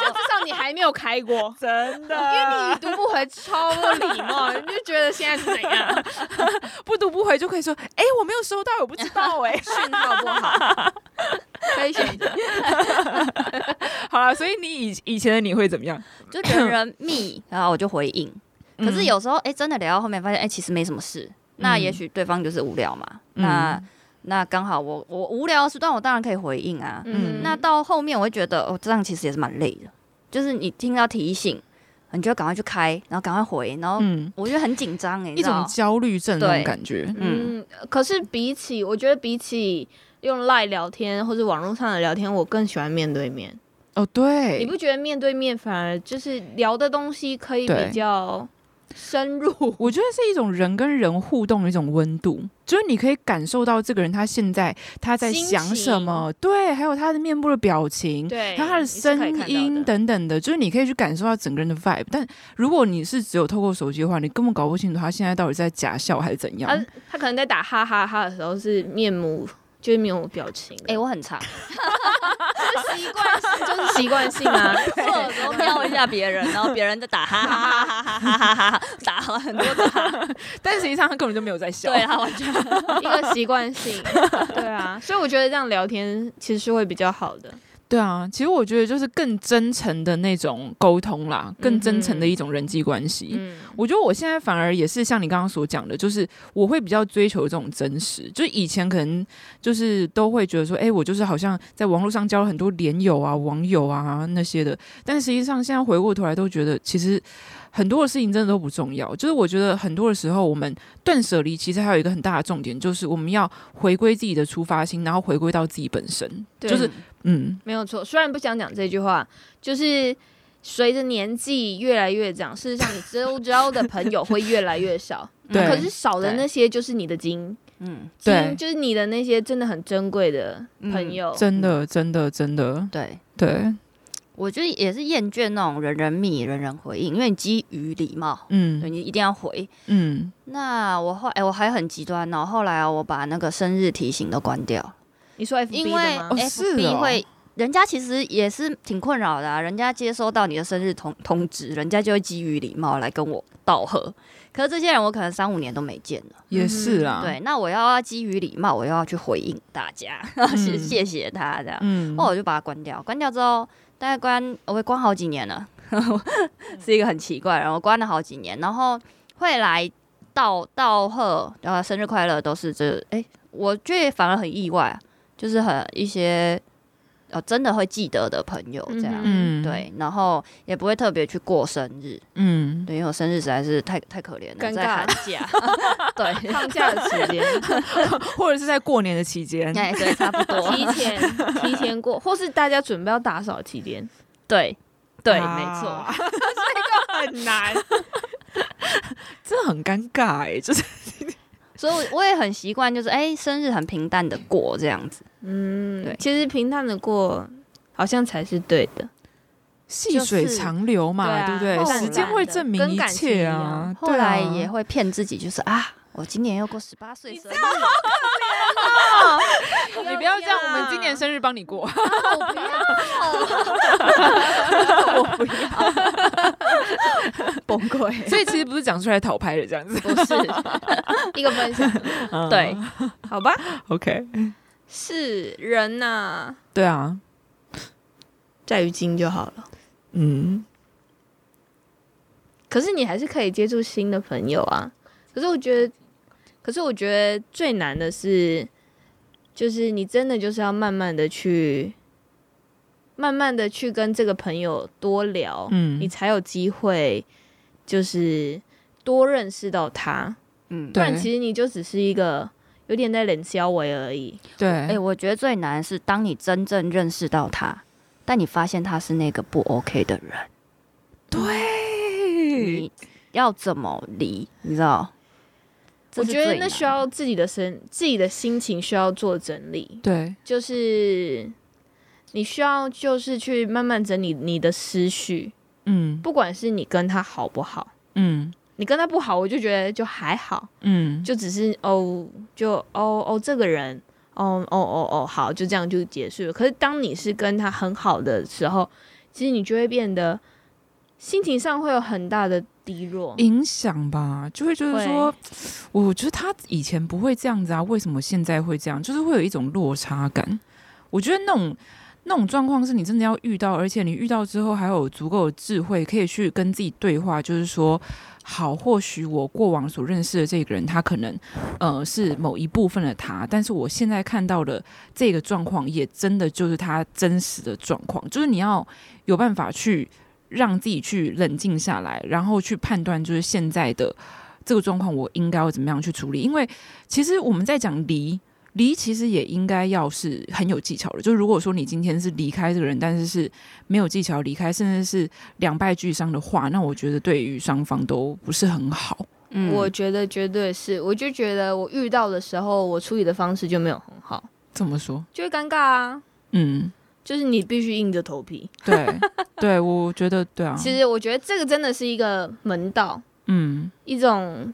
C: 就至少你还没有开过，真的，因为你已读不回超不礼貌，哦你就觉得现在是怎样，，
B: 不读不回就可以说，哎、我没有收到，我不知 道、哎
C: 讯号不好，可以选择
B: 好了，所以你以以前的你会怎么样？
A: 就人人密，然后我就回应。
C: 嗯
A: 可是有时候，哎、真的聊到后面发现，哎、其实没什么事。那也许对方就是无聊嘛，
B: 嗯
A: 那那刚好我我无聊的时段，我当然可以回应啊。
B: 嗯
A: 那到后面我会觉得，哦，这样其实也是蛮累的，就是你听到提醒，你就要赶快去开，然后赶快回，然后
B: 嗯，
A: 我觉得很紧张哎，你
B: 一
A: 知道
B: 种焦虑症那种
A: 对
B: 感觉。
A: 嗯
C: 嗯，可是比起，我觉得比起。用 Line 聊天或者网络上的聊天，我更喜欢面对面。
B: 哦，对，
C: 你不觉得面对面反而就是聊的东西可以
B: 对
C: 比较深入？
B: 我觉得是一种人跟人互动的一种温度，就是你可以感受到这个人他现在他在
C: 心
B: 想什
C: 情
B: 么，对，还有他的面部的表情，
C: 对，
B: 然后他的
C: 你是可
B: 声
C: 以看到
B: 音
C: 的
B: 等等的，就是你可以去感受到整个人的 vibe。但如果你是只有透过手机的话，你根本搞不清楚他现在到底在假笑还是怎样。
C: 他他可能在打哈哈哈的时候是面无，就是面无表情。
A: 哎、我很长，
C: 就是习惯性，就是习惯性啊。
A: 我有时候瞄一下别人，然后别人在打哈哈哈哈哈哈哈哈，打了很多个哈，
B: 但实际上他根本就没有在笑。
A: 对，他完全
C: 一个习惯性， 对啊，所以我觉得这样聊天其实是会比较好的。
B: 对啊，其实我觉得就是更真诚的那种沟通啦，更真诚的一种人际关系。
C: 嗯，
B: 我觉得我现在反而也是像你刚刚所讲的，就是我会比较追求这种真实。就以前可能就是都会觉得说，哎、我就是好像在网络上交了很多连友啊、网友啊那些的，但实际上现在回过头来都觉得，其实很多的事情真的都不重要。就是我觉得很多的时候，我们断舍离其实还有一个很大的重点，就是我们要回归自己的出发心，然后回归到自己本身。
C: 对
B: 就是嗯，
C: 没有错。虽然不想讲这句话，就是随着年纪越来越长，事实上你周遭的朋友会越来越少，
B: 对
C: 可是少的那些就是你的精，
A: 嗯，
B: 对嗯
C: 精就是你的那些真的很珍贵的朋友。
A: 哦
B: 真的，
A: 嗯
B: 真的，真的，
A: 对。
B: 对，
A: 我觉得也是厌倦那种人人密、人人回应，因为你基于礼貌，对
B: 嗯
A: 你一定要回。
B: 嗯，
A: 那我后哎、我还很极端哦，后来啊、我把那个生日提醒都关掉了，
C: 你说 FB
A: 因
C: 的
A: 为
C: 吗？
B: 哦是
A: FB
B: 哦
A: 会。人家其实也是挺困扰的、啊，人家接收到你的生日通通知，人家就会基于礼貌来跟我道贺。可是这些人我可能三五年都没见了，
B: 也是
C: 啊
A: 嗯
B: 啦，
A: 对，那我要基于礼貌，我又要去回应大家，
C: 嗯
A: 谢谢谢他这样，
B: 嗯
A: 那、，我就把它关掉。关掉之后，大概关我关好几年了，
C: 嗯
A: 是一个很奇怪，然后关了好几年，然后会来道道贺，然后生日快乐都是这，哎、我觉得反而很意外，就是很一些呃真的会记得的朋友这样，
C: 嗯哼
B: 嗯，，
A: 对，然后也不会特别去过生日，
B: 嗯，
A: 对，因为我生日实在是太太可怜了，
C: 尴
A: 在
C: 尬
A: 寒 假，对，
C: 放假的时间
B: 或者是在过年的期间，
A: 哎，对，差不多，
C: 提前提前过，或是大家准备要打扫期间，
A: 对对，
B: 啊
A: 没错，
C: 很难。
B: 这很尴尬哎，就是
A: 所以我我也很习惯，就是哎、生日很平淡的过这样子，
C: 嗯
A: 对，
C: 其实平淡的过好像才是对的。
B: 细水长流嘛，
C: 就是
B: 对
C: 对啊
B: 不
C: 后
B: 对？
C: 来
B: 时间会证明一切啊。
A: 后来
B: 对
A: 也
B: 啊
A: 会骗自己，就是啊，我今年又过十八岁生日，
B: 你不要这样，我们今年生日帮你过。
A: 我不要，
C: 我不要崩溃，
B: 所以其实不是讲出来讨拍的这样 子。
A: 不是，
C: 一个分享，
A: 对，
C: 好吧？
B: ，OK，
C: 是人呐、
B: 对啊，
C: 在于精就好了。
B: 嗯，
C: 可是你还是可以接触新的朋友啊。可是我觉得，可是我觉得最难的是，就是你真的就是要慢慢的去，慢慢的去跟这个朋友多聊，
B: 嗯
C: 你才有机会，就是多认识到他。
A: 嗯，
C: 不
B: 对
C: 然其实你就只是一个有点在冷消维而已。
B: 对，
A: 哎、我觉得最难是当你真正认识到他，但你发现他是那个不 OK 的人，
B: 对，
C: 嗯
A: 你要怎么离？你知道？这
C: 我
A: 是
C: 觉得
A: 最
C: 那
A: 难
C: 需要自己的身、自己的心情需要做整理。
B: 对，
C: 就是你需要就是去慢慢整理你的思绪，
B: 嗯
C: 不管是你跟他好不好，
B: 嗯
C: 你跟他不好，我就觉得就还好，
B: 嗯，
C: 就只是哦，就哦哦这个人，哦哦哦哦好，就这样就结束了。可是当你是跟他很好的时候，其实你就会变得心情上会有很大的低落。
B: 影响吧，就会觉得说，我觉得他以前不会这样子啊，为什么现在会这样？就是会有一种落差感。我觉得那种那种状况是你真的要遇到，而且你遇到之后还有足够的智慧，可以去跟自己对话，就是说。好，或许我过往所认识的这个人，他可能，呃，是某一部分的他，但是我现在看到的这个状况，也真的就是他真实的状况，就是你要有办法去让自己去冷静下来，然后去判断就是现在的这个状况，我应该要怎么样去处理？因为其实我们在讲离。离其实也应该要是很有技巧的，就是如果说你今天是离开这个人，但是是没有技巧离开，甚至是两败俱伤的话，那我觉得对于双方都不是很好。
A: 嗯
C: 我觉得绝对是，我就觉得我遇到的时候，我处理的方式就没有很好，
B: 怎么说？
C: 就会尴尬啊。
B: 嗯，
C: 就是你必须硬着头皮。
B: 对，对，我觉得对啊，
C: 其实我觉得这个真的是一个门道，
B: 嗯，
C: 一种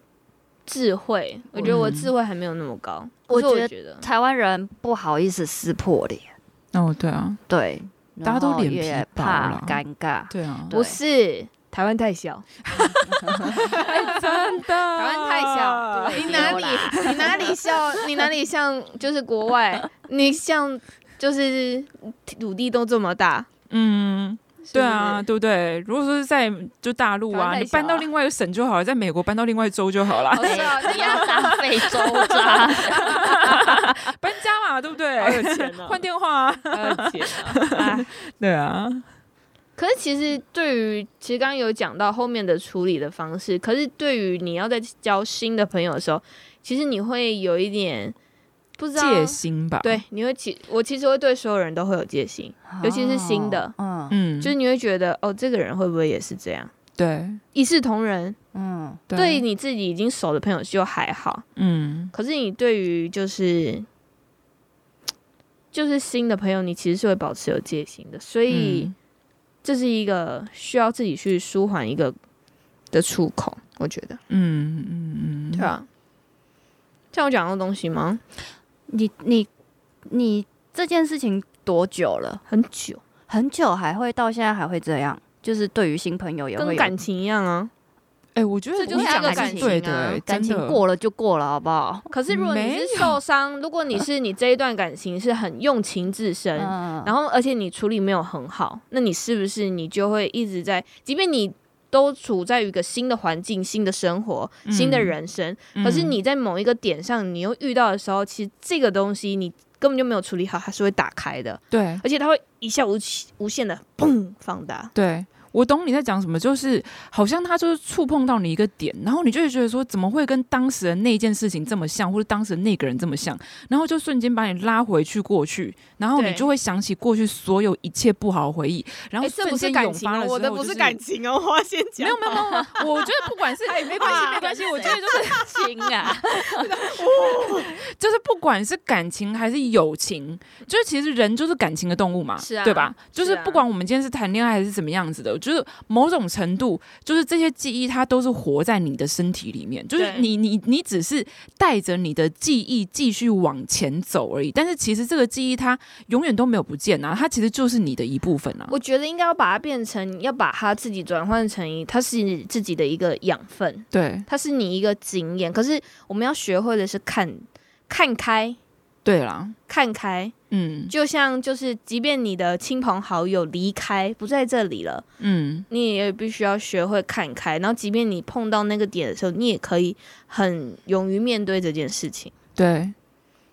C: 智慧。我觉得我
B: 嗯
C: 智慧还没有那么高，
A: 我
C: 可是
A: 觉
C: 我觉得
A: 台湾人不好意思撕破脸，
B: 哦，对啊，
A: 对，
B: 大家都
A: 然后
B: 脸皮
A: 也
B: 薄
A: 怕
B: 啦
A: 尴尬，
B: 对啊，
A: 对
C: 不是台湾太小，
B: 真的，
C: 台
B: 台
C: 湾太
B: 啊
C: 小，
A: 对
C: 你哪里你哪里像你哪里像就是国外，你像就是土地都这么大，
B: 嗯，
C: 是不
B: 对
C: 是
B: 啊，。对不对？如果说是在就大陆
C: 台湾
B: 啊，
C: 太
B: 你
C: 小
B: 搬到
C: 啊
B: 另外一个省就好了，在美国搬到另外一州就好了，
C: 好笑，
A: 你哎要 当非洲渣，
B: 搬家嘛，对不
C: 好有
B: 对？
C: 钱 哦，
B: 换电话啊，
C: 好有钱哦 哎
B: 对啊，
C: 可是其实对于，其实刚刚有讲到后面的处理的方式，可是对于你要在交新的朋友的时候，其实你会有一点不知道，
B: 戒心吧，，
C: 对，你会其我其实会对所有人都会有戒心，尤其是新的
A: 哦，嗯
B: 嗯，
C: 就是你会觉得哦，这个人会不会也是这样
B: 对
C: 一视同仁？
A: 嗯，
C: 对于，你自己已经熟的朋友就还好，
B: 嗯，
C: 可是你对于就是就是新的朋友，你其实是会保持有戒心的，所以。
B: 嗯
C: 这是一个需要自己去舒缓一个的出口，我觉得。
B: 嗯嗯嗯，
C: 对啊，这样我讲到东西吗？
A: 你你你这件事情多久了？
C: 很久，
A: 很久还会到现在还会这样，就是对于新朋友也会
C: 跟
A: 有
C: 感情一样啊。
B: 哎，我觉得
C: 这就是
B: 你讲
A: 一个
B: 的
A: 感
B: 是
A: 情
B: 对
C: 啊
B: 的，
A: 感情
B: 真的
A: 过了就过了，好不好？
C: 可是如果你
B: 没
C: 是受伤，如果你是你这一段感情是很用情至深，
A: 嗯，
C: 然后而且你处理没有很好，那你是不是你就会一直在，即便你都处在于一个新的环境、新的生活、新的
B: 嗯
C: 人生，
B: 嗯
C: 可是你在某一个点上，你又遇到的时候，其实这个东西你根本就没有处理好，它是会打开的，
B: 对
C: 而且它会一下无期无限的砰放大。
B: 对。我懂你在讲什么，就是好像他就是触碰到你一个点，然后你就会觉得说，怎么会跟当时的那件事情这么像，或者当时的那个人这么像，然后就瞬间把你拉回去过去，然后你
C: 对
B: 就会想起过去所有一切不好的回忆，然后
C: 哎这
B: 瞬
C: 不是
B: 间
C: 感
B: 涌
C: 情
B: 发
C: 哦
B: 了，
C: 我的不是感
B: 情，
C: 情哦， 我要先讲。
B: 没有没有没有，没有 我觉得不管是啊
C: 哎没关系
B: 没关系，我觉得就是
A: 亲 啊，
B: 就是不管是感情还是友情，就是其实人就是感情的动物嘛，
C: 是啊
B: 对吧？
C: 是啊
B: 就是不管我们今天是谈恋爱还是怎么样子的，就是某种程度，就是这些记忆它都是活在你的身体里面，就是
C: 对
B: 你你你只是带着你的记忆继续往前走而已。但是其实这个记忆它永远都没有不见啊，它其实就是你的一部分啊。
C: 我觉得应该要把它变成，要把它自己转换成一，它是你自己的一个养分，
B: 对
C: 它是你一个经验。可是我们要学会的是看看开，
B: 对啦，
C: 看开。
B: 嗯
C: 就像就是，即便你的亲朋好友离开不在这里了，
B: 嗯，
C: 你也必须要学会看开。然后，即便你碰到那个点的时候，你也可以很勇于面对这件事情。
B: 对，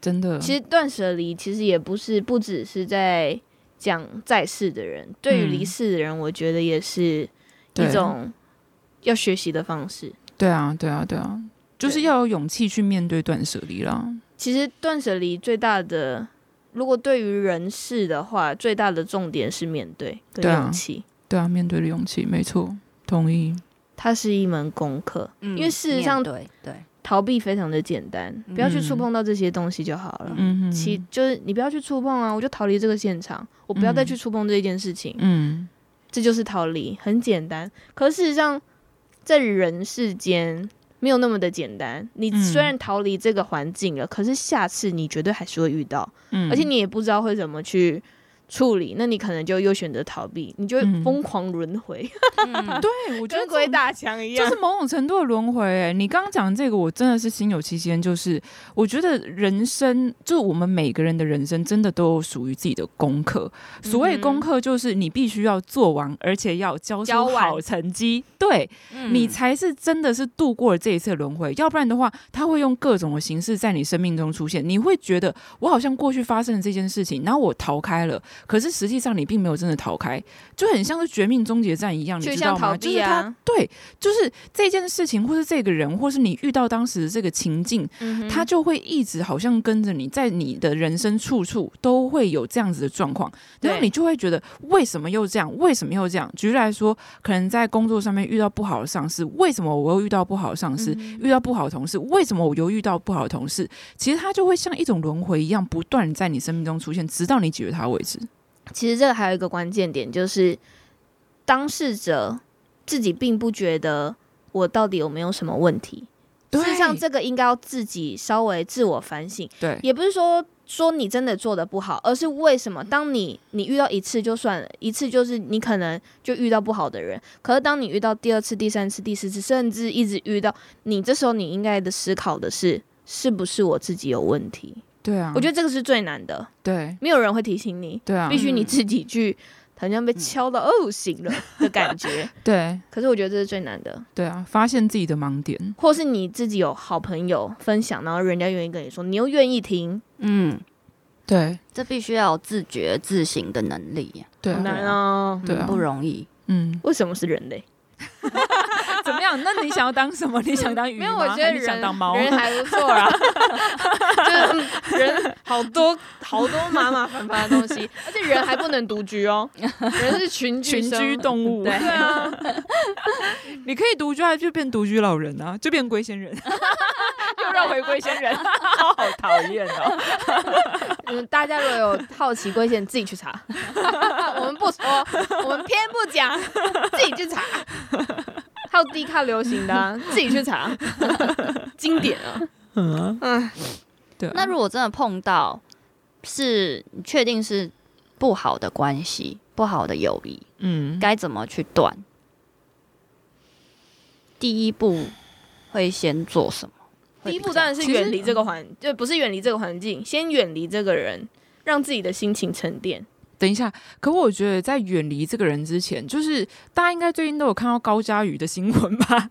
B: 真的，
C: 其实断舍离其实也不是不只是在讲在世的人，对于离世的人，我觉得也是
B: 嗯对
C: 一种要学习的方式。
B: 对啊对啊对啊，就是
C: 对
B: 要有勇气去面对断舍离啦。
C: 其实断舍离最大的，如果对于人事的话，最大的重点是面对跟
B: 对啊
C: 勇气，
B: 对啊，面对的勇气，没错，同意。
C: 它是一门功课。因为事实上
A: 嗯面对对，
C: 逃避非常的简单，不要去触碰到这些东西就好了。
B: 嗯嗯哼，
C: 其就是你不要去触碰啊，我就逃离这个现场，我不要再去触碰这件事情。
B: 嗯，
C: 这就是逃离，很简单。可事实上，在人世间没有那么的简单。你
B: 嗯
C: 虽然逃离这个环境了，可是下次你绝对还是会遇到，
B: 嗯
C: 而且你也不知道会怎么去处理，那你可能就又选择逃避，你就会
B: 嗯
C: 疯狂轮回，
A: 嗯
B: 啊对我觉得这种
C: 大强一
B: 就是某种程度的轮回、欸。你刚刚讲这个，我真的是心有戚戚焉。就是我觉得人生，就我们每个人的人生，真的都有属于自己的功课。所
C: 嗯
B: 谓功课，就是你必须要做完，而且要交
C: 交
B: 出
C: 完
B: 好成绩。对，
A: 嗯
B: 你
C: 嗯
B: 才是真的是度过了这一次的轮回，要不然的话，他会用各种的形式在你生命中出现。你会觉得我好像过去发生了这件事情，然后我逃开了，可是实际上你并没有真的逃开，就很像是绝命终结战一样，你
C: 就
B: 知
C: 像
B: 道
C: 逃
B: 吗？就是
C: 避
B: 他
C: 啊，
B: 对，就是这件事情，或是这个人，或是你遇到当时的这个情境，
C: 嗯哼
B: 他就会一直好像跟着你，在你的人生处处都会有这样子的状况，然后
C: 对
B: 你就会觉得为什么又这样？为什么又这样？举例来说，可能在工作上面遇到不好的上司，为什么我又遇到不好的上司？遇到不好的同事，为什么我又遇到不好的同事？其实他就会像一种轮回一样，不断地在你生命中出现，直到你解决它为止。
C: 其实这个还有一个关键点，就是当事者自己并不觉得我到底有没有什么问题。
B: 对
C: 事实上，这个应该要自己稍微自我反省。
B: 对，
C: 也不是说说你真的做的不好，而是为什么当你你遇到一次就算了，一次就是你可能就遇到不好的人，可是当你遇到第二次、第三次、第四次，甚至一直遇到，你这时候你应该的思考的是，是不是我自己有问题？
B: 对啊，
C: 我觉
B: 得
C: 得这个是最难的，
B: 对，
C: 没有人会提醒你，
B: 对啊
C: 必，须你自己去，好像
B: 嗯
C: 被敲到哦醒了的感觉。
B: 对，
C: 可是我觉得这是最难的，
B: 对啊，发现自己的盲点，
C: 或是你自己有好朋友分享，然后人家愿意跟你说，你又愿意听，
A: 嗯，
B: 对，
A: 这必须要有自觉自省的能力呀，
B: 对
C: 好
B: 啊，
C: 难哦。
B: 对
A: 嗯
B: 啊
A: 不容易。
B: 嗯。
C: 为什么是人类？
B: 怎么样？那你想要当什 么？你想当鱼
C: 没
B: 吗？
C: 有，我觉得
B: 还
C: 人
B: 是想当猫。
C: 人还不错 啦，就是嗯人好多好多麻麻烦烦的东 西，而且人还不能独居哦，人是群居
B: 群
C: 生
B: 居动物，
C: 对啊，
B: 你可以独居啊，就变独居老人啊，就变龟仙 人，又绕回龟仙人，好讨厌哦。
C: 嗯，大家如果有好奇龟仙，自己去 查，我们不说，我们偏不讲，自己去 查。还有低卡流行的、啊，自己去 查，经典啊！
B: 嗯对啊，
A: 那如果真的碰到，是你确定是不好的关系、不好的友谊，
B: 嗯，
A: 该怎么去断？第一步会先做什么？
C: 第一步当然是
B: 其实
C: 远离这个环，就不是远离这个环境，先远离这个人，让自己的心情沉淀。
B: 等一下，可我觉得在远离这个人之前，就是大家应该最近都有看到高佳宇的新闻吧？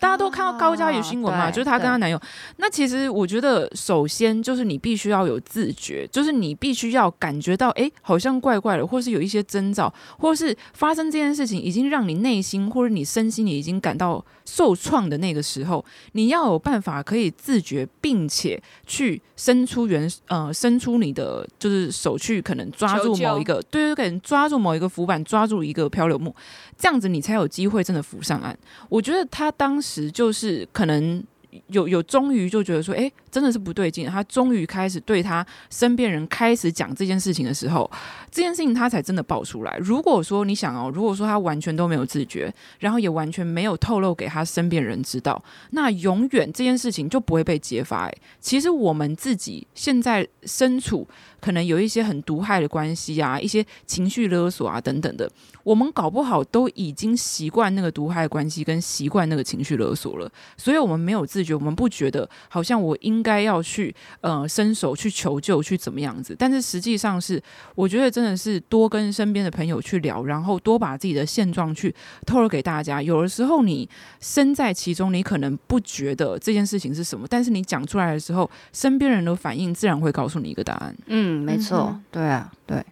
B: 大家都看到高佳宇新闻嘛，
A: 对
B: 就是她跟她男友。那其实我觉得，首先就是你必须要有自觉，就是你必须要感觉到，哎、好像怪怪的，或是有一些征兆，或是发生这件事情已经让你内心或者你身心里已经感到受创的那个时候，你要有办法可以自觉，并且去伸出援呃伸出你的就是手去可能抓住
C: 求救
B: 某一个对对，可能抓住某一个浮板，抓住一个漂流木，这样子你才有机会真的浮上岸。我觉得他当时就是可能。有有，终于就觉得说，哎、真的是不对劲。他终于开始对他身边人开始讲这件事情的时候，这件事情他才真的爆出来。如果说你想哦，如果说他完全都没有自觉，然后也完全没有透露给他身边人知道，那永远这件事情就不会被揭发、欸。其实我们自己现在身处可能有一些很毒害的关系啊，一些情绪勒索啊等等的，我们搞不好都已经习惯那个毒害关系跟习惯那个情绪勒索了，所以我们没有自觉，我们不觉得好像我应该要去呃伸手去求救去怎么样子，但是实际上是我觉得真的是多跟身边的朋友去聊，然后多把自己的现状去透露给大家。有的时候你身在其中，你可能不觉得这件事情是什么，但是你讲出来的时候，身边人的反应自然会告诉你一个答案。
A: 嗯，没错，
C: 嗯哼
A: 对啊，对，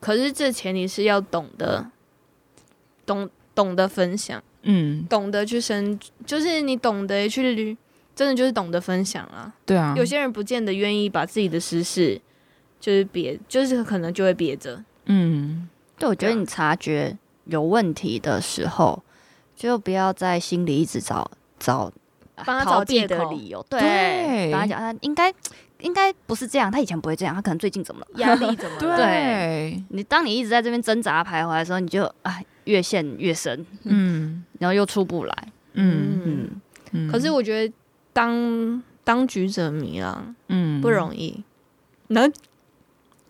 C: 可是这前提是要懂得，懂懂得分享，
B: 嗯，
C: 懂得去深，就是你懂得去，真的就是懂得分享啊。
B: 对啊，
C: 有些人不见得愿意把自己的私事，就是憋，就是可能就会憋着。
B: 嗯，
A: 对，我觉得
C: 对啊
A: 你察觉有问题的时候，就不要在心里一直找找
C: 帮他
A: 逃
C: 找
A: 避
C: 借
A: 的
C: 口
A: 理由，
B: 对
A: 对，帮他讲，他应该应该不是这样，他以前不会这样，他可能最近怎么了？
C: 压力怎么了？嗯
B: 对，啊
A: 你当你一直在这边挣扎徘徊的时候，你就哎越陷越深，
B: 嗯
A: 然后又出不来。
B: 嗯
C: 嗯，
A: 嗯，
B: 嗯，
C: 可是我觉得当当局者迷啦，
B: 嗯
C: 不容易，难。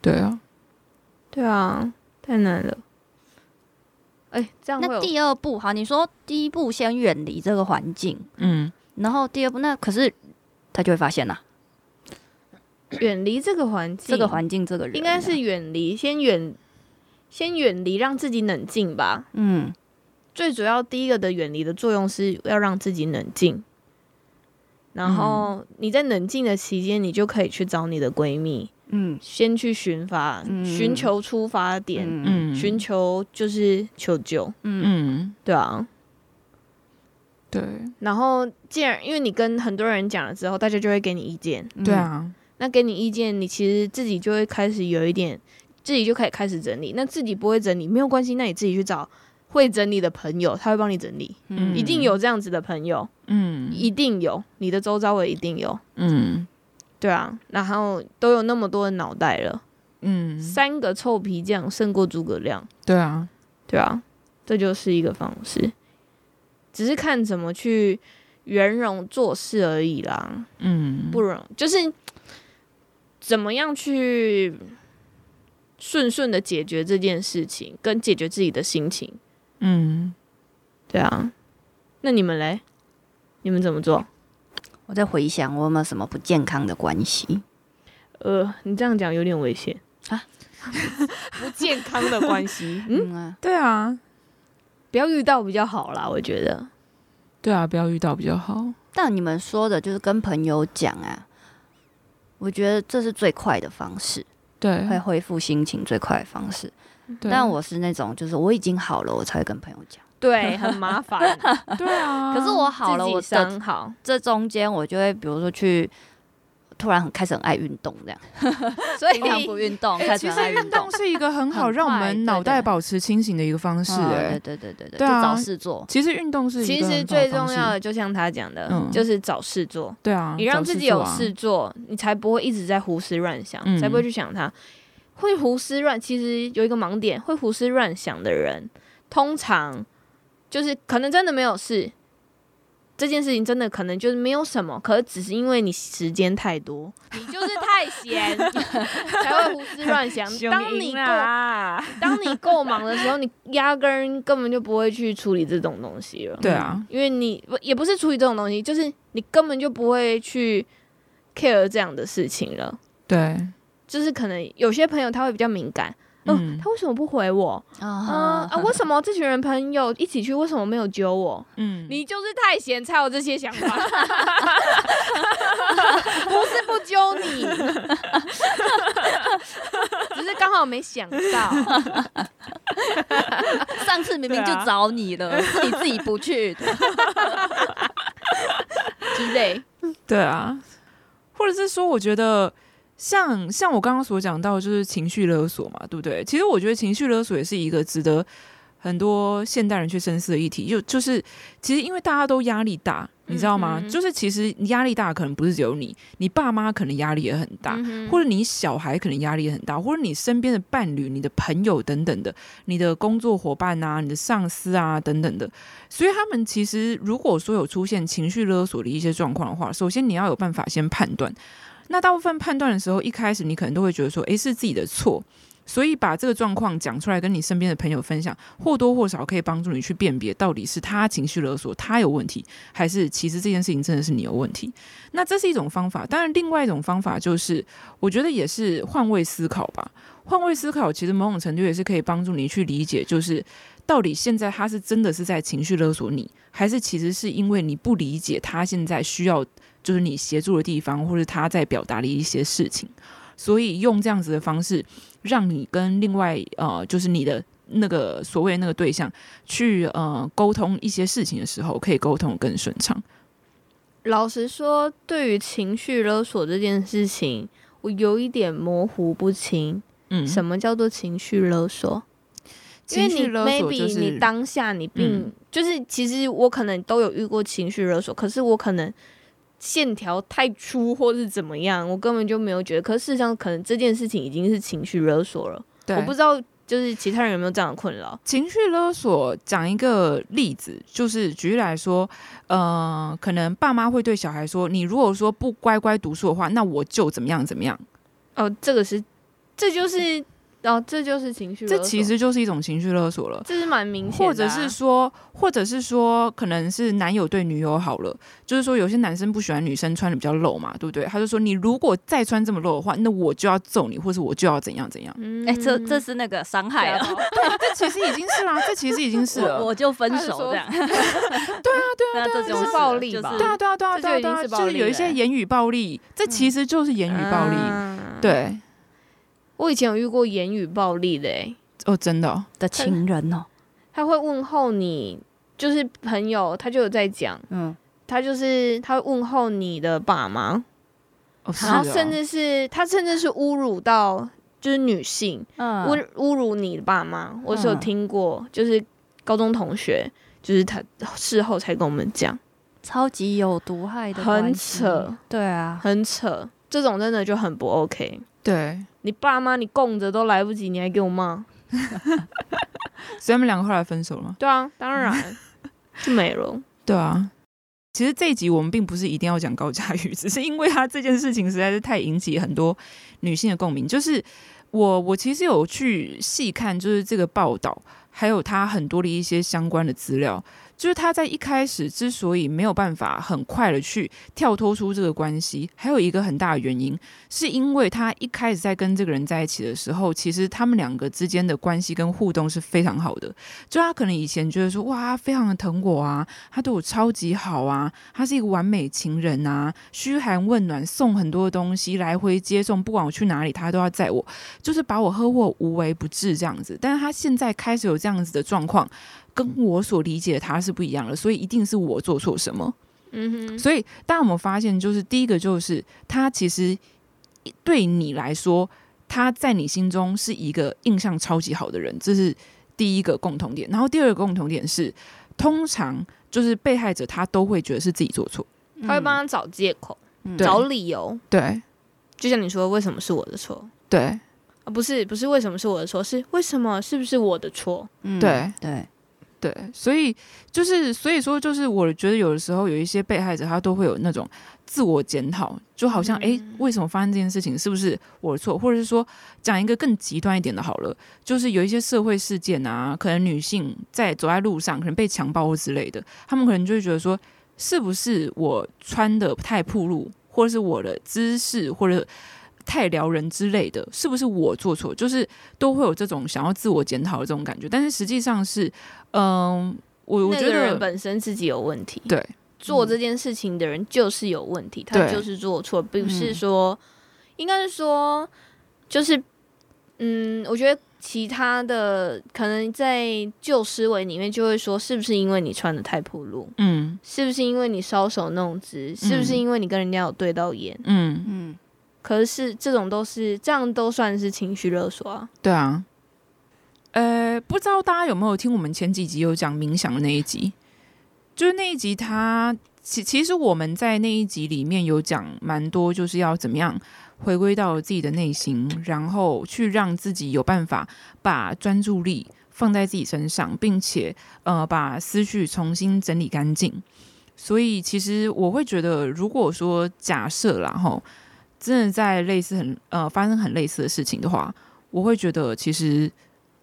B: 对啊，
C: 对啊，太难了。哎、这样会
A: 那
C: 有
A: 第二步，好，你说第一步先远离这个环境，
B: 嗯
A: 然后第二步，那可是他就会发现啦、
C: 远离这个环境，
A: 这个环境，这个人啊
C: 应该是远离，先远先远离，让自己冷静吧。
A: 嗯，
C: 最主要第一个的远离的作用是要让自己冷静，
A: 嗯
C: 然后你在冷静的期间，你就可以去找你的闺蜜，
A: 嗯
C: 先去寻发，
A: 嗯
C: 寻求出发点，
A: 嗯
B: 嗯，
C: 寻求就是求救，
A: 嗯
B: 嗯
C: 对啊。
B: 对
C: 然后，既然因为你跟很多人讲了之后，大家就会给你意见。
A: 嗯
B: 对，啊，
C: 那给你意见，你其实自己就会开始有一点，自己就可以开始整理。那自己不会整理没有关系，那你自己去找会整理的朋友，他会帮你整理。
B: 嗯
C: 一定有这样子的朋友，
B: 嗯
C: 一定有，你的周遭也一定有。
B: 嗯
C: 对啊，然后都有那么多的脑袋了，
B: 嗯，
C: 三个臭皮匠胜过诸葛亮。
B: 对啊，
C: 对啊，这就是一个方式，只是看怎么去圆融做事而已啦。
B: 嗯，
C: 不容，就是怎么样去顺顺的解决这件事情，跟解决自己的心情。
B: 嗯。
C: 对啊，那你们嘞？你们怎么做？
A: 我在回想我有没有什么不健康的关系。
C: 呃，你这样讲有点危险
A: 啊，
C: 不健康 的关系，嗯，
A: 嗯啊，
B: 对啊，
C: 不要遇到比较好啦，我觉得。
B: 对啊，不要遇到比较好。
A: 但你们说的就是跟朋友讲啊，我觉得这是最快的方式，
B: 对，
A: 会恢复心情最快的方式。
B: 对
A: 但我是那种就是我已经好了，我才会跟朋友讲。
C: 对，很麻 烦。
B: 对啊，
A: 可是我好了，
C: 自己
A: 我的
C: 伤好，
A: 这中间我就会比如说去。突然很开始很爱运动， 这样
C: 所
A: 平常不运 动，
B: 哎
A: 开始
B: 其
A: 很
B: 实
A: 爱运
B: 运
A: 动
B: 动，是一个很好
A: 很
B: 让我
A: 快
B: 们
A: 对
B: 脑
A: 对
B: 袋保持清醒的一个方式、
A: 嗯
B: 哎、
A: 对对对对
B: 对
A: 就
B: 啊
A: 找事做，
B: 其实运动是一
C: 其
B: 个
C: 实
B: 很好
C: 最
B: 的
C: 重
B: 方式
C: 要的，就像他讲的，
B: 嗯
C: 就是找事做。
B: 对啊，
C: 你让
B: 找
C: 自己
B: 做
C: 有
B: 啊
C: 事，做，你才不会一直在胡思乱想，
B: 嗯
C: 才不会去想它。会胡思乱，其实有一个盲点，会胡思乱想的人，通常就是可能真的没有事，这件事情真的可能就是没有什么，可是只是因为你时间太多，你就是太 闲，才会胡思乱想。
B: 啊
C: 当你够
B: 啦，
C: 当你够忙的时候，你压根儿根本就不会去处理这种东西了。
B: 对啊，
C: 因为你不也不是处理这种东西，就是你根本就不会去 care 这样的事情了。
B: 对，
C: 就是可能有些朋友他会比较敏感，嗯，
B: 嗯
C: 他为什么不回我？嗯
A: 啊
C: 啊，为什么这群人朋友一起去，为什么没有揪我？
B: 嗯，
C: 你就是太闲才有这些想 法，不是不揪你， 只是刚好没想到。
A: 上次明明就
B: 对啊
A: 找你了，是你自己不 去的。
C: 之类，
B: 对啊，或者是说，我觉得像像我刚刚所讲到，就是情绪勒索嘛，对不对？其实我觉得情绪勒索也是一个值得很多现代人去深思的议题。就就是其实因为大家都压力大，你知道吗？
C: 嗯哼
B: 就是其实压力大可能不是只有你，你爸妈可能压力也很大。
C: 嗯哼
B: 或者你小孩可能压力也很大，或者你身边的伴侣、你的朋友等等的，你的工作伙伴啊、你的上司啊等等的，所以他们其实如果说有出现情绪勒索的一些状况的话，首先你要有办法先判断。那大部分判断的时候，一开始你可能都会觉得说，诶，是自己的错。所以把这个状况讲出来，跟你身边的朋友分享，或多或少可以帮助你去辨别到底是他情绪勒索，他有问题，还是其实这件事情真的是你有问题。那这是一种方法，当然另外一种方法就是我觉得也是换位思考吧。换位思考其实某种程度也是可以帮助你去理解，就是到底现在他是真的是在情绪勒索你，还是其实是因为你不理解他现在需要就是你协助的地方，或是他在表达的一些事情，所以用这样子的方式，让你跟另外呃就是你的。那个所谓那个对象去呃沟通一些事情的时候，可以沟通得更顺畅。
C: 老实说，对于情绪勒索这件事情，我有一点模糊不清。
B: 嗯，
C: 什么叫做情绪勒索？因为
B: 情
C: 你
B: 绪勒索就
C: maybe
B: 是
C: 你当下你并、
B: 嗯
C: 就是，其实我可能都有遇过情绪勒索，可是我可能线条太粗或是怎么样，我根本就没有觉得。可是事实上，可能这件事情已经是情绪勒索了。
B: 对
C: 我不知道，就是其他人有没有这样的困扰？
B: 情绪勒索，讲一个例子，就是举例来说，呃，可能爸妈会对小孩说：“你如果说不乖乖读书的话，那我就怎么样怎么样。
C: 哦，这个是，这就是，哦，这就是情绪”勒
B: 这
C: 索。
B: 其实就是一种情绪勒索了。
C: 这是蛮明显的啊、
B: 或者是说，或者是说，可能是男友对女友好了，就是说有些男生不喜欢女生穿的比较露嘛，对不对？他就说你如果再穿这么露的话，那我就要揍你，或是我就要怎样怎样。
C: 嗯
A: 哎，这这是那个伤害啊了，
C: 哦
B: 这其实已经是啦、这其实已经是了。
A: 我我就分
C: 他是
A: 手
C: 说
A: 这 样。
B: 对
A: 对啊啊，这
C: 就是
A: 就是
C: 暴力吧
A: 就是
B: 对啊，对啊，对啊，
C: 这
B: 对啊，
C: 就
B: 对
C: 已经
B: 啊，
C: 是
B: 就
C: 暴
B: 是
C: 力
B: 有一
C: 了
B: 些
C: 欸
B: 言语暴力，这其实就是言语暴力。
C: 嗯
B: 对，
C: 我以前有遇过言语暴力的、欸，
B: 哦，真的哦、
A: 的情人哦，
C: 他会问候你，就是朋友，他就有在讲，
A: 嗯，
C: 他就是他会问候你的爸妈，
B: 哦，是
C: 然
B: 哦
C: 后甚至是他甚至是侮辱到就是女性，
A: 嗯
C: 侮侮辱你的爸妈，我是有
A: 嗯
C: 听过，就是高中同学，就是他事后才跟我们讲，
A: 超级有毒害的，
C: 很扯，
A: 对啊，
C: 很扯，这种真的就很不 OK。
B: 对，
C: 你爸妈你供着都来不及，你还给我骂？
B: 所以他们两个后来分手了吗？
C: 对啊，当然就没了。
B: 对啊。其实这一集我们并不是一定要讲高佳瑜， 只是因为他这件事情实在是太引起很多女性的共鸣。就是我我其实有去细看，就是这个报道，还有他很多的一些相关的资料。就是他在一开始之所以没有办法很快的去跳脱出这个关系，还有一个很大的原因，是因为他一开始在跟这个人在一起的时候，其实他们两个之间的关系跟互动是非常好的。就他可能以前觉得说，哇，他非常的疼我啊，他对我超级好啊，他是一个完美情人啊，嘘寒问暖，送很多东西，来回接送，不管我去哪里，他都要载我，就是把我呵护得无微不至这样子。但是他现在开始有这样子的状况，跟我所理解的他是不一样的，所以一定是我做错什么。
C: 嗯哼，
B: 所以大家有没有发现，就是第一个就是他其实对你来说，他在你心中是一个印象超级好的人，这是第一个共同点。然后第二个共同点是，通常就是被害者他都会觉得是自己做错，
C: 他会帮他找借口，
A: 嗯
B: 嗯对
C: 找理由，
B: 对
C: 就像你说，为什么是我的错？
B: 对
C: 啊，不是，不是为什么是我的错，是为什么是不是我的错？
A: 嗯
B: 对
A: 对，
B: 对，所以就是所以说就是我觉得有的时候有一些被害者他都会有那种自我检讨，就好
C: 嗯
B: 像诶，为什么发生这件事情？是不是我的错？或者是说讲一个更极端一点的好了，就是有一些社会事件啊，可能女性在走在路上可能被强暴或之类的，他们可能就会觉得说，是不是我穿的太暴露，或者是我的姿势或者太撩人之类的，是不是我做错？就是都会有这种想要自我检讨的这种感觉，但是实际上是，嗯、我我
C: 那
B: 觉
C: 个
B: 得
C: 人本身自己有问题，
B: 对
C: 做这件事情的人就是有问题，他
B: 对
C: 就是做错，不是
B: 嗯
C: 说，应该是说，就是，嗯，我觉得其他的可能在旧思维里面就会说，是不是因为你穿的太暴露，
B: 嗯
C: 是不是因为你搔首弄姿，是不是因为你跟人家有对到眼？
B: 嗯，
A: 嗯，
C: 可是这种都是这样，都算是情绪勒索啊。
B: 对啊。呃，不知道大家有没有听我们前几集有讲冥想的那一集，就是那一集他其其实我们在那一集里面有讲蛮多，就是要怎么样回归到自己的内心，然后去让自己有办法把专注力放在自己身上，并且呃把思绪重新整理干净。所以其实我会觉得，如果说假设啦吼，真的在类似很呃发生很类似的事情的话，我会觉得其实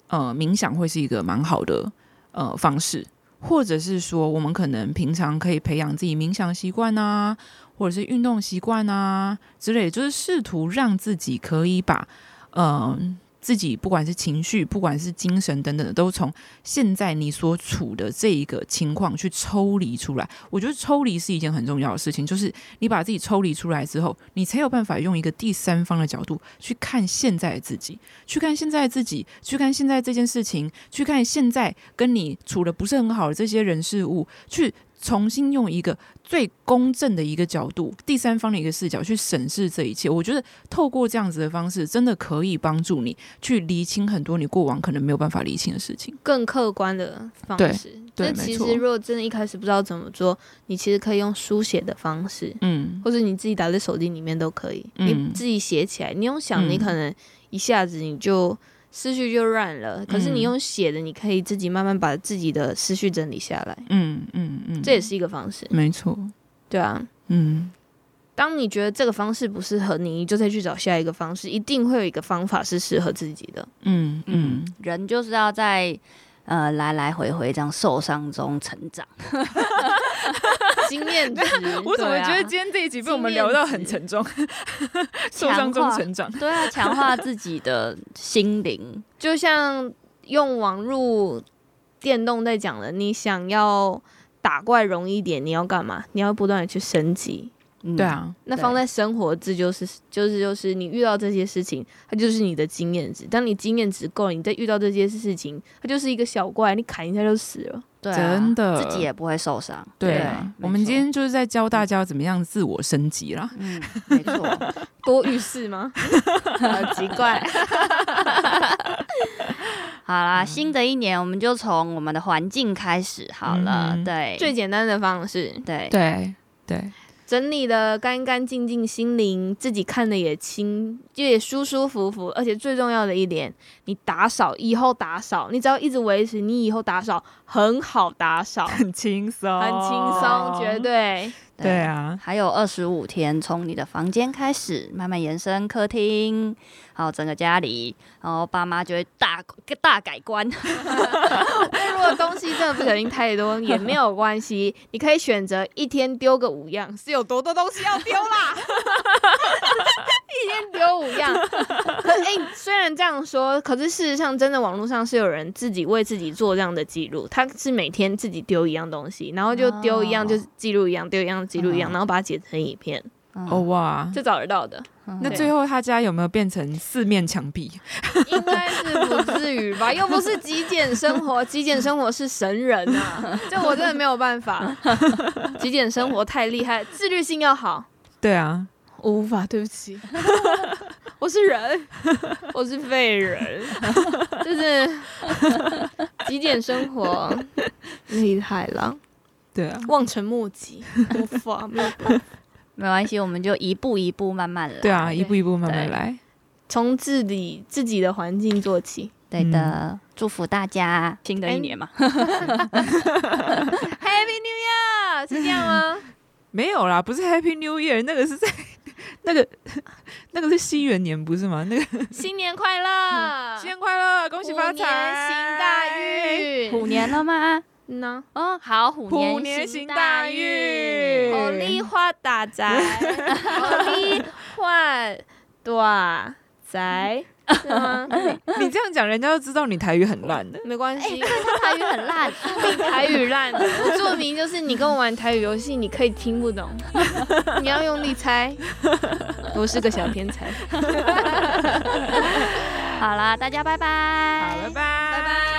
B: 呃冥想会是一个蛮好的呃方式，或者是说我们可能平常可以培养自己冥想习惯啊，或者是运动习惯啊之类的，就是试图让自己可以把嗯、呃自己不管是情绪，不管是精神等等的，都从现在你所处的这一个情况去抽离出来。我觉得抽离是一件很重要的事情，就是你把自己抽离出来之后，你才有办法用一个第三方的角度去看现在的自己，去看现在的自己，去看现在这件事情，去看现在跟你处的不是很好的这些人事物，去重新用一个最公正的一个角度、第三方的一个视角去审视这一切。我觉得透过这样子的方式，真的可以帮助你去厘清很多你过往可能没有办法厘清的事情。
C: 更客观的方式。
B: 对对
C: 那其
B: 没错
C: 实如果真的一开始不知道怎么做，你其实可以用书写的方式，
B: 嗯，
C: 或者你自己打在手机里面都可以，
B: 嗯
C: 你自己写起来。你用想，
B: 嗯
C: 你可能一下子你就思绪就乱了，可是
B: 嗯
C: 你用写的，你可以自己慢慢把自己的思绪整理下来，
B: 嗯嗯嗯，
C: 这也是一个方式。
B: 没错。
C: 对啊，
B: 嗯，
C: 当你觉得这个方式不适合你，你就再去找下一个方式，一定会有一个方法是适合自己的。
B: 嗯嗯，，
A: 人就是要在呃来来回回这样受伤中成长。
C: 经验值
B: 我怎么
C: 对啊
B: 觉得今天这一集被我们聊到很沉重， 受伤中成长。
C: 嗯
A: 对啊，强化自己的心灵。
C: 就像用网络电动在讲的，你想要打怪容易一点，你要干嘛？你要不断的去升级。
A: 嗯
B: 对，啊，
C: 那
A: 对
C: 放在生活这就是就是就是你遇到这些事情，它就是你的经验值。当你经验值够，你再遇到这些事情，它就是一个小怪，你砍一下就死了。
A: 对啊，
B: 真的
A: 自己也不会受伤。
B: 对啊，我们今天就是在教大家怎么样自我升级啦。
A: 嗯，没错，
C: 多遇事吗？
A: 好奇怪。好啦，新的一年我们就从我们的环境开始好了。
B: 嗯哼
A: 对，
C: 最简单的方式，
A: 对
B: 对对，
C: 整理的干干净净，心灵自己看的也清，就也舒舒服服。而且最重要的一点，你打扫以后打扫，你只要一直维持，你以后打扫很好打扫，很
B: 很轻松，
C: 轻
B: 哦
C: 松，绝。对。
B: 对啊，
A: 还有二十五天，从你的房间开始，慢慢延伸客厅，还有整个家里，然后爸妈就会大大改观。
C: 如果东西真的不小心太多也没有关系，你可以选择一天丢个五样，是有多多东西要丢啦。 一天丢五样，可哎、虽然这样说，可是事实上，真的网络上是有人自己为自己做这样的记录，他是每天自己丢一样东西，然后就丢一样，
A: 哦
C: 就是记录一样，丢一样，记录一样，
A: 嗯
C: 然后把它剪成影片，
A: 嗯
B: 哦，哇，
C: 这找得到的，
A: 嗯
B: 那
C: 对
B: 最后他家有没有变成四面墙壁？
C: 应该是不至于 吧？又不是极简生活，极简生活是神人 啊！这我真的没有办 法，极简生活太厉害，自律性要好，
B: 对啊，
C: 我无法，对不起， 我是人， 我是废 人，就是极简生活厉害了，
B: 对啊，
C: 望尘莫及，无法没有
A: 没关系，我们就一步一步慢慢来。
B: 对啊，一
C: 对
B: 步一步慢慢
A: 对
B: 来。
C: 从自己自己的环境做起。
A: 对的。祝福大家哎新的一年嘛。
C: Happy New Year，是这样 吗？
B: 没有啦，不是 Happy New Year，那个是在 那个那个是西元年不是吗？那个
C: 新年快乐，
B: 新年快乐，恭喜发财，
C: 啊虎年行大，运，
A: 虎年了吗？
C: 嗯呢，
A: 哦，好，虎
B: 虎
A: 年
B: 年
A: 行
B: 行
A: 大
B: 大
A: 运哦
B: 运。
C: 奥利化大宅，奥利化大宅，是 吗？
B: 你这样讲，人家就知道你台语很烂的。
C: 哎没关系，
A: 他台语很烂，
C: 台语烂，我注明就是你跟我玩台语游戏，你可以听不懂，你要用力猜。 我是个小天才，
A: 好啦，大家拜拜，
B: 好，拜拜，拜
C: 拜拜。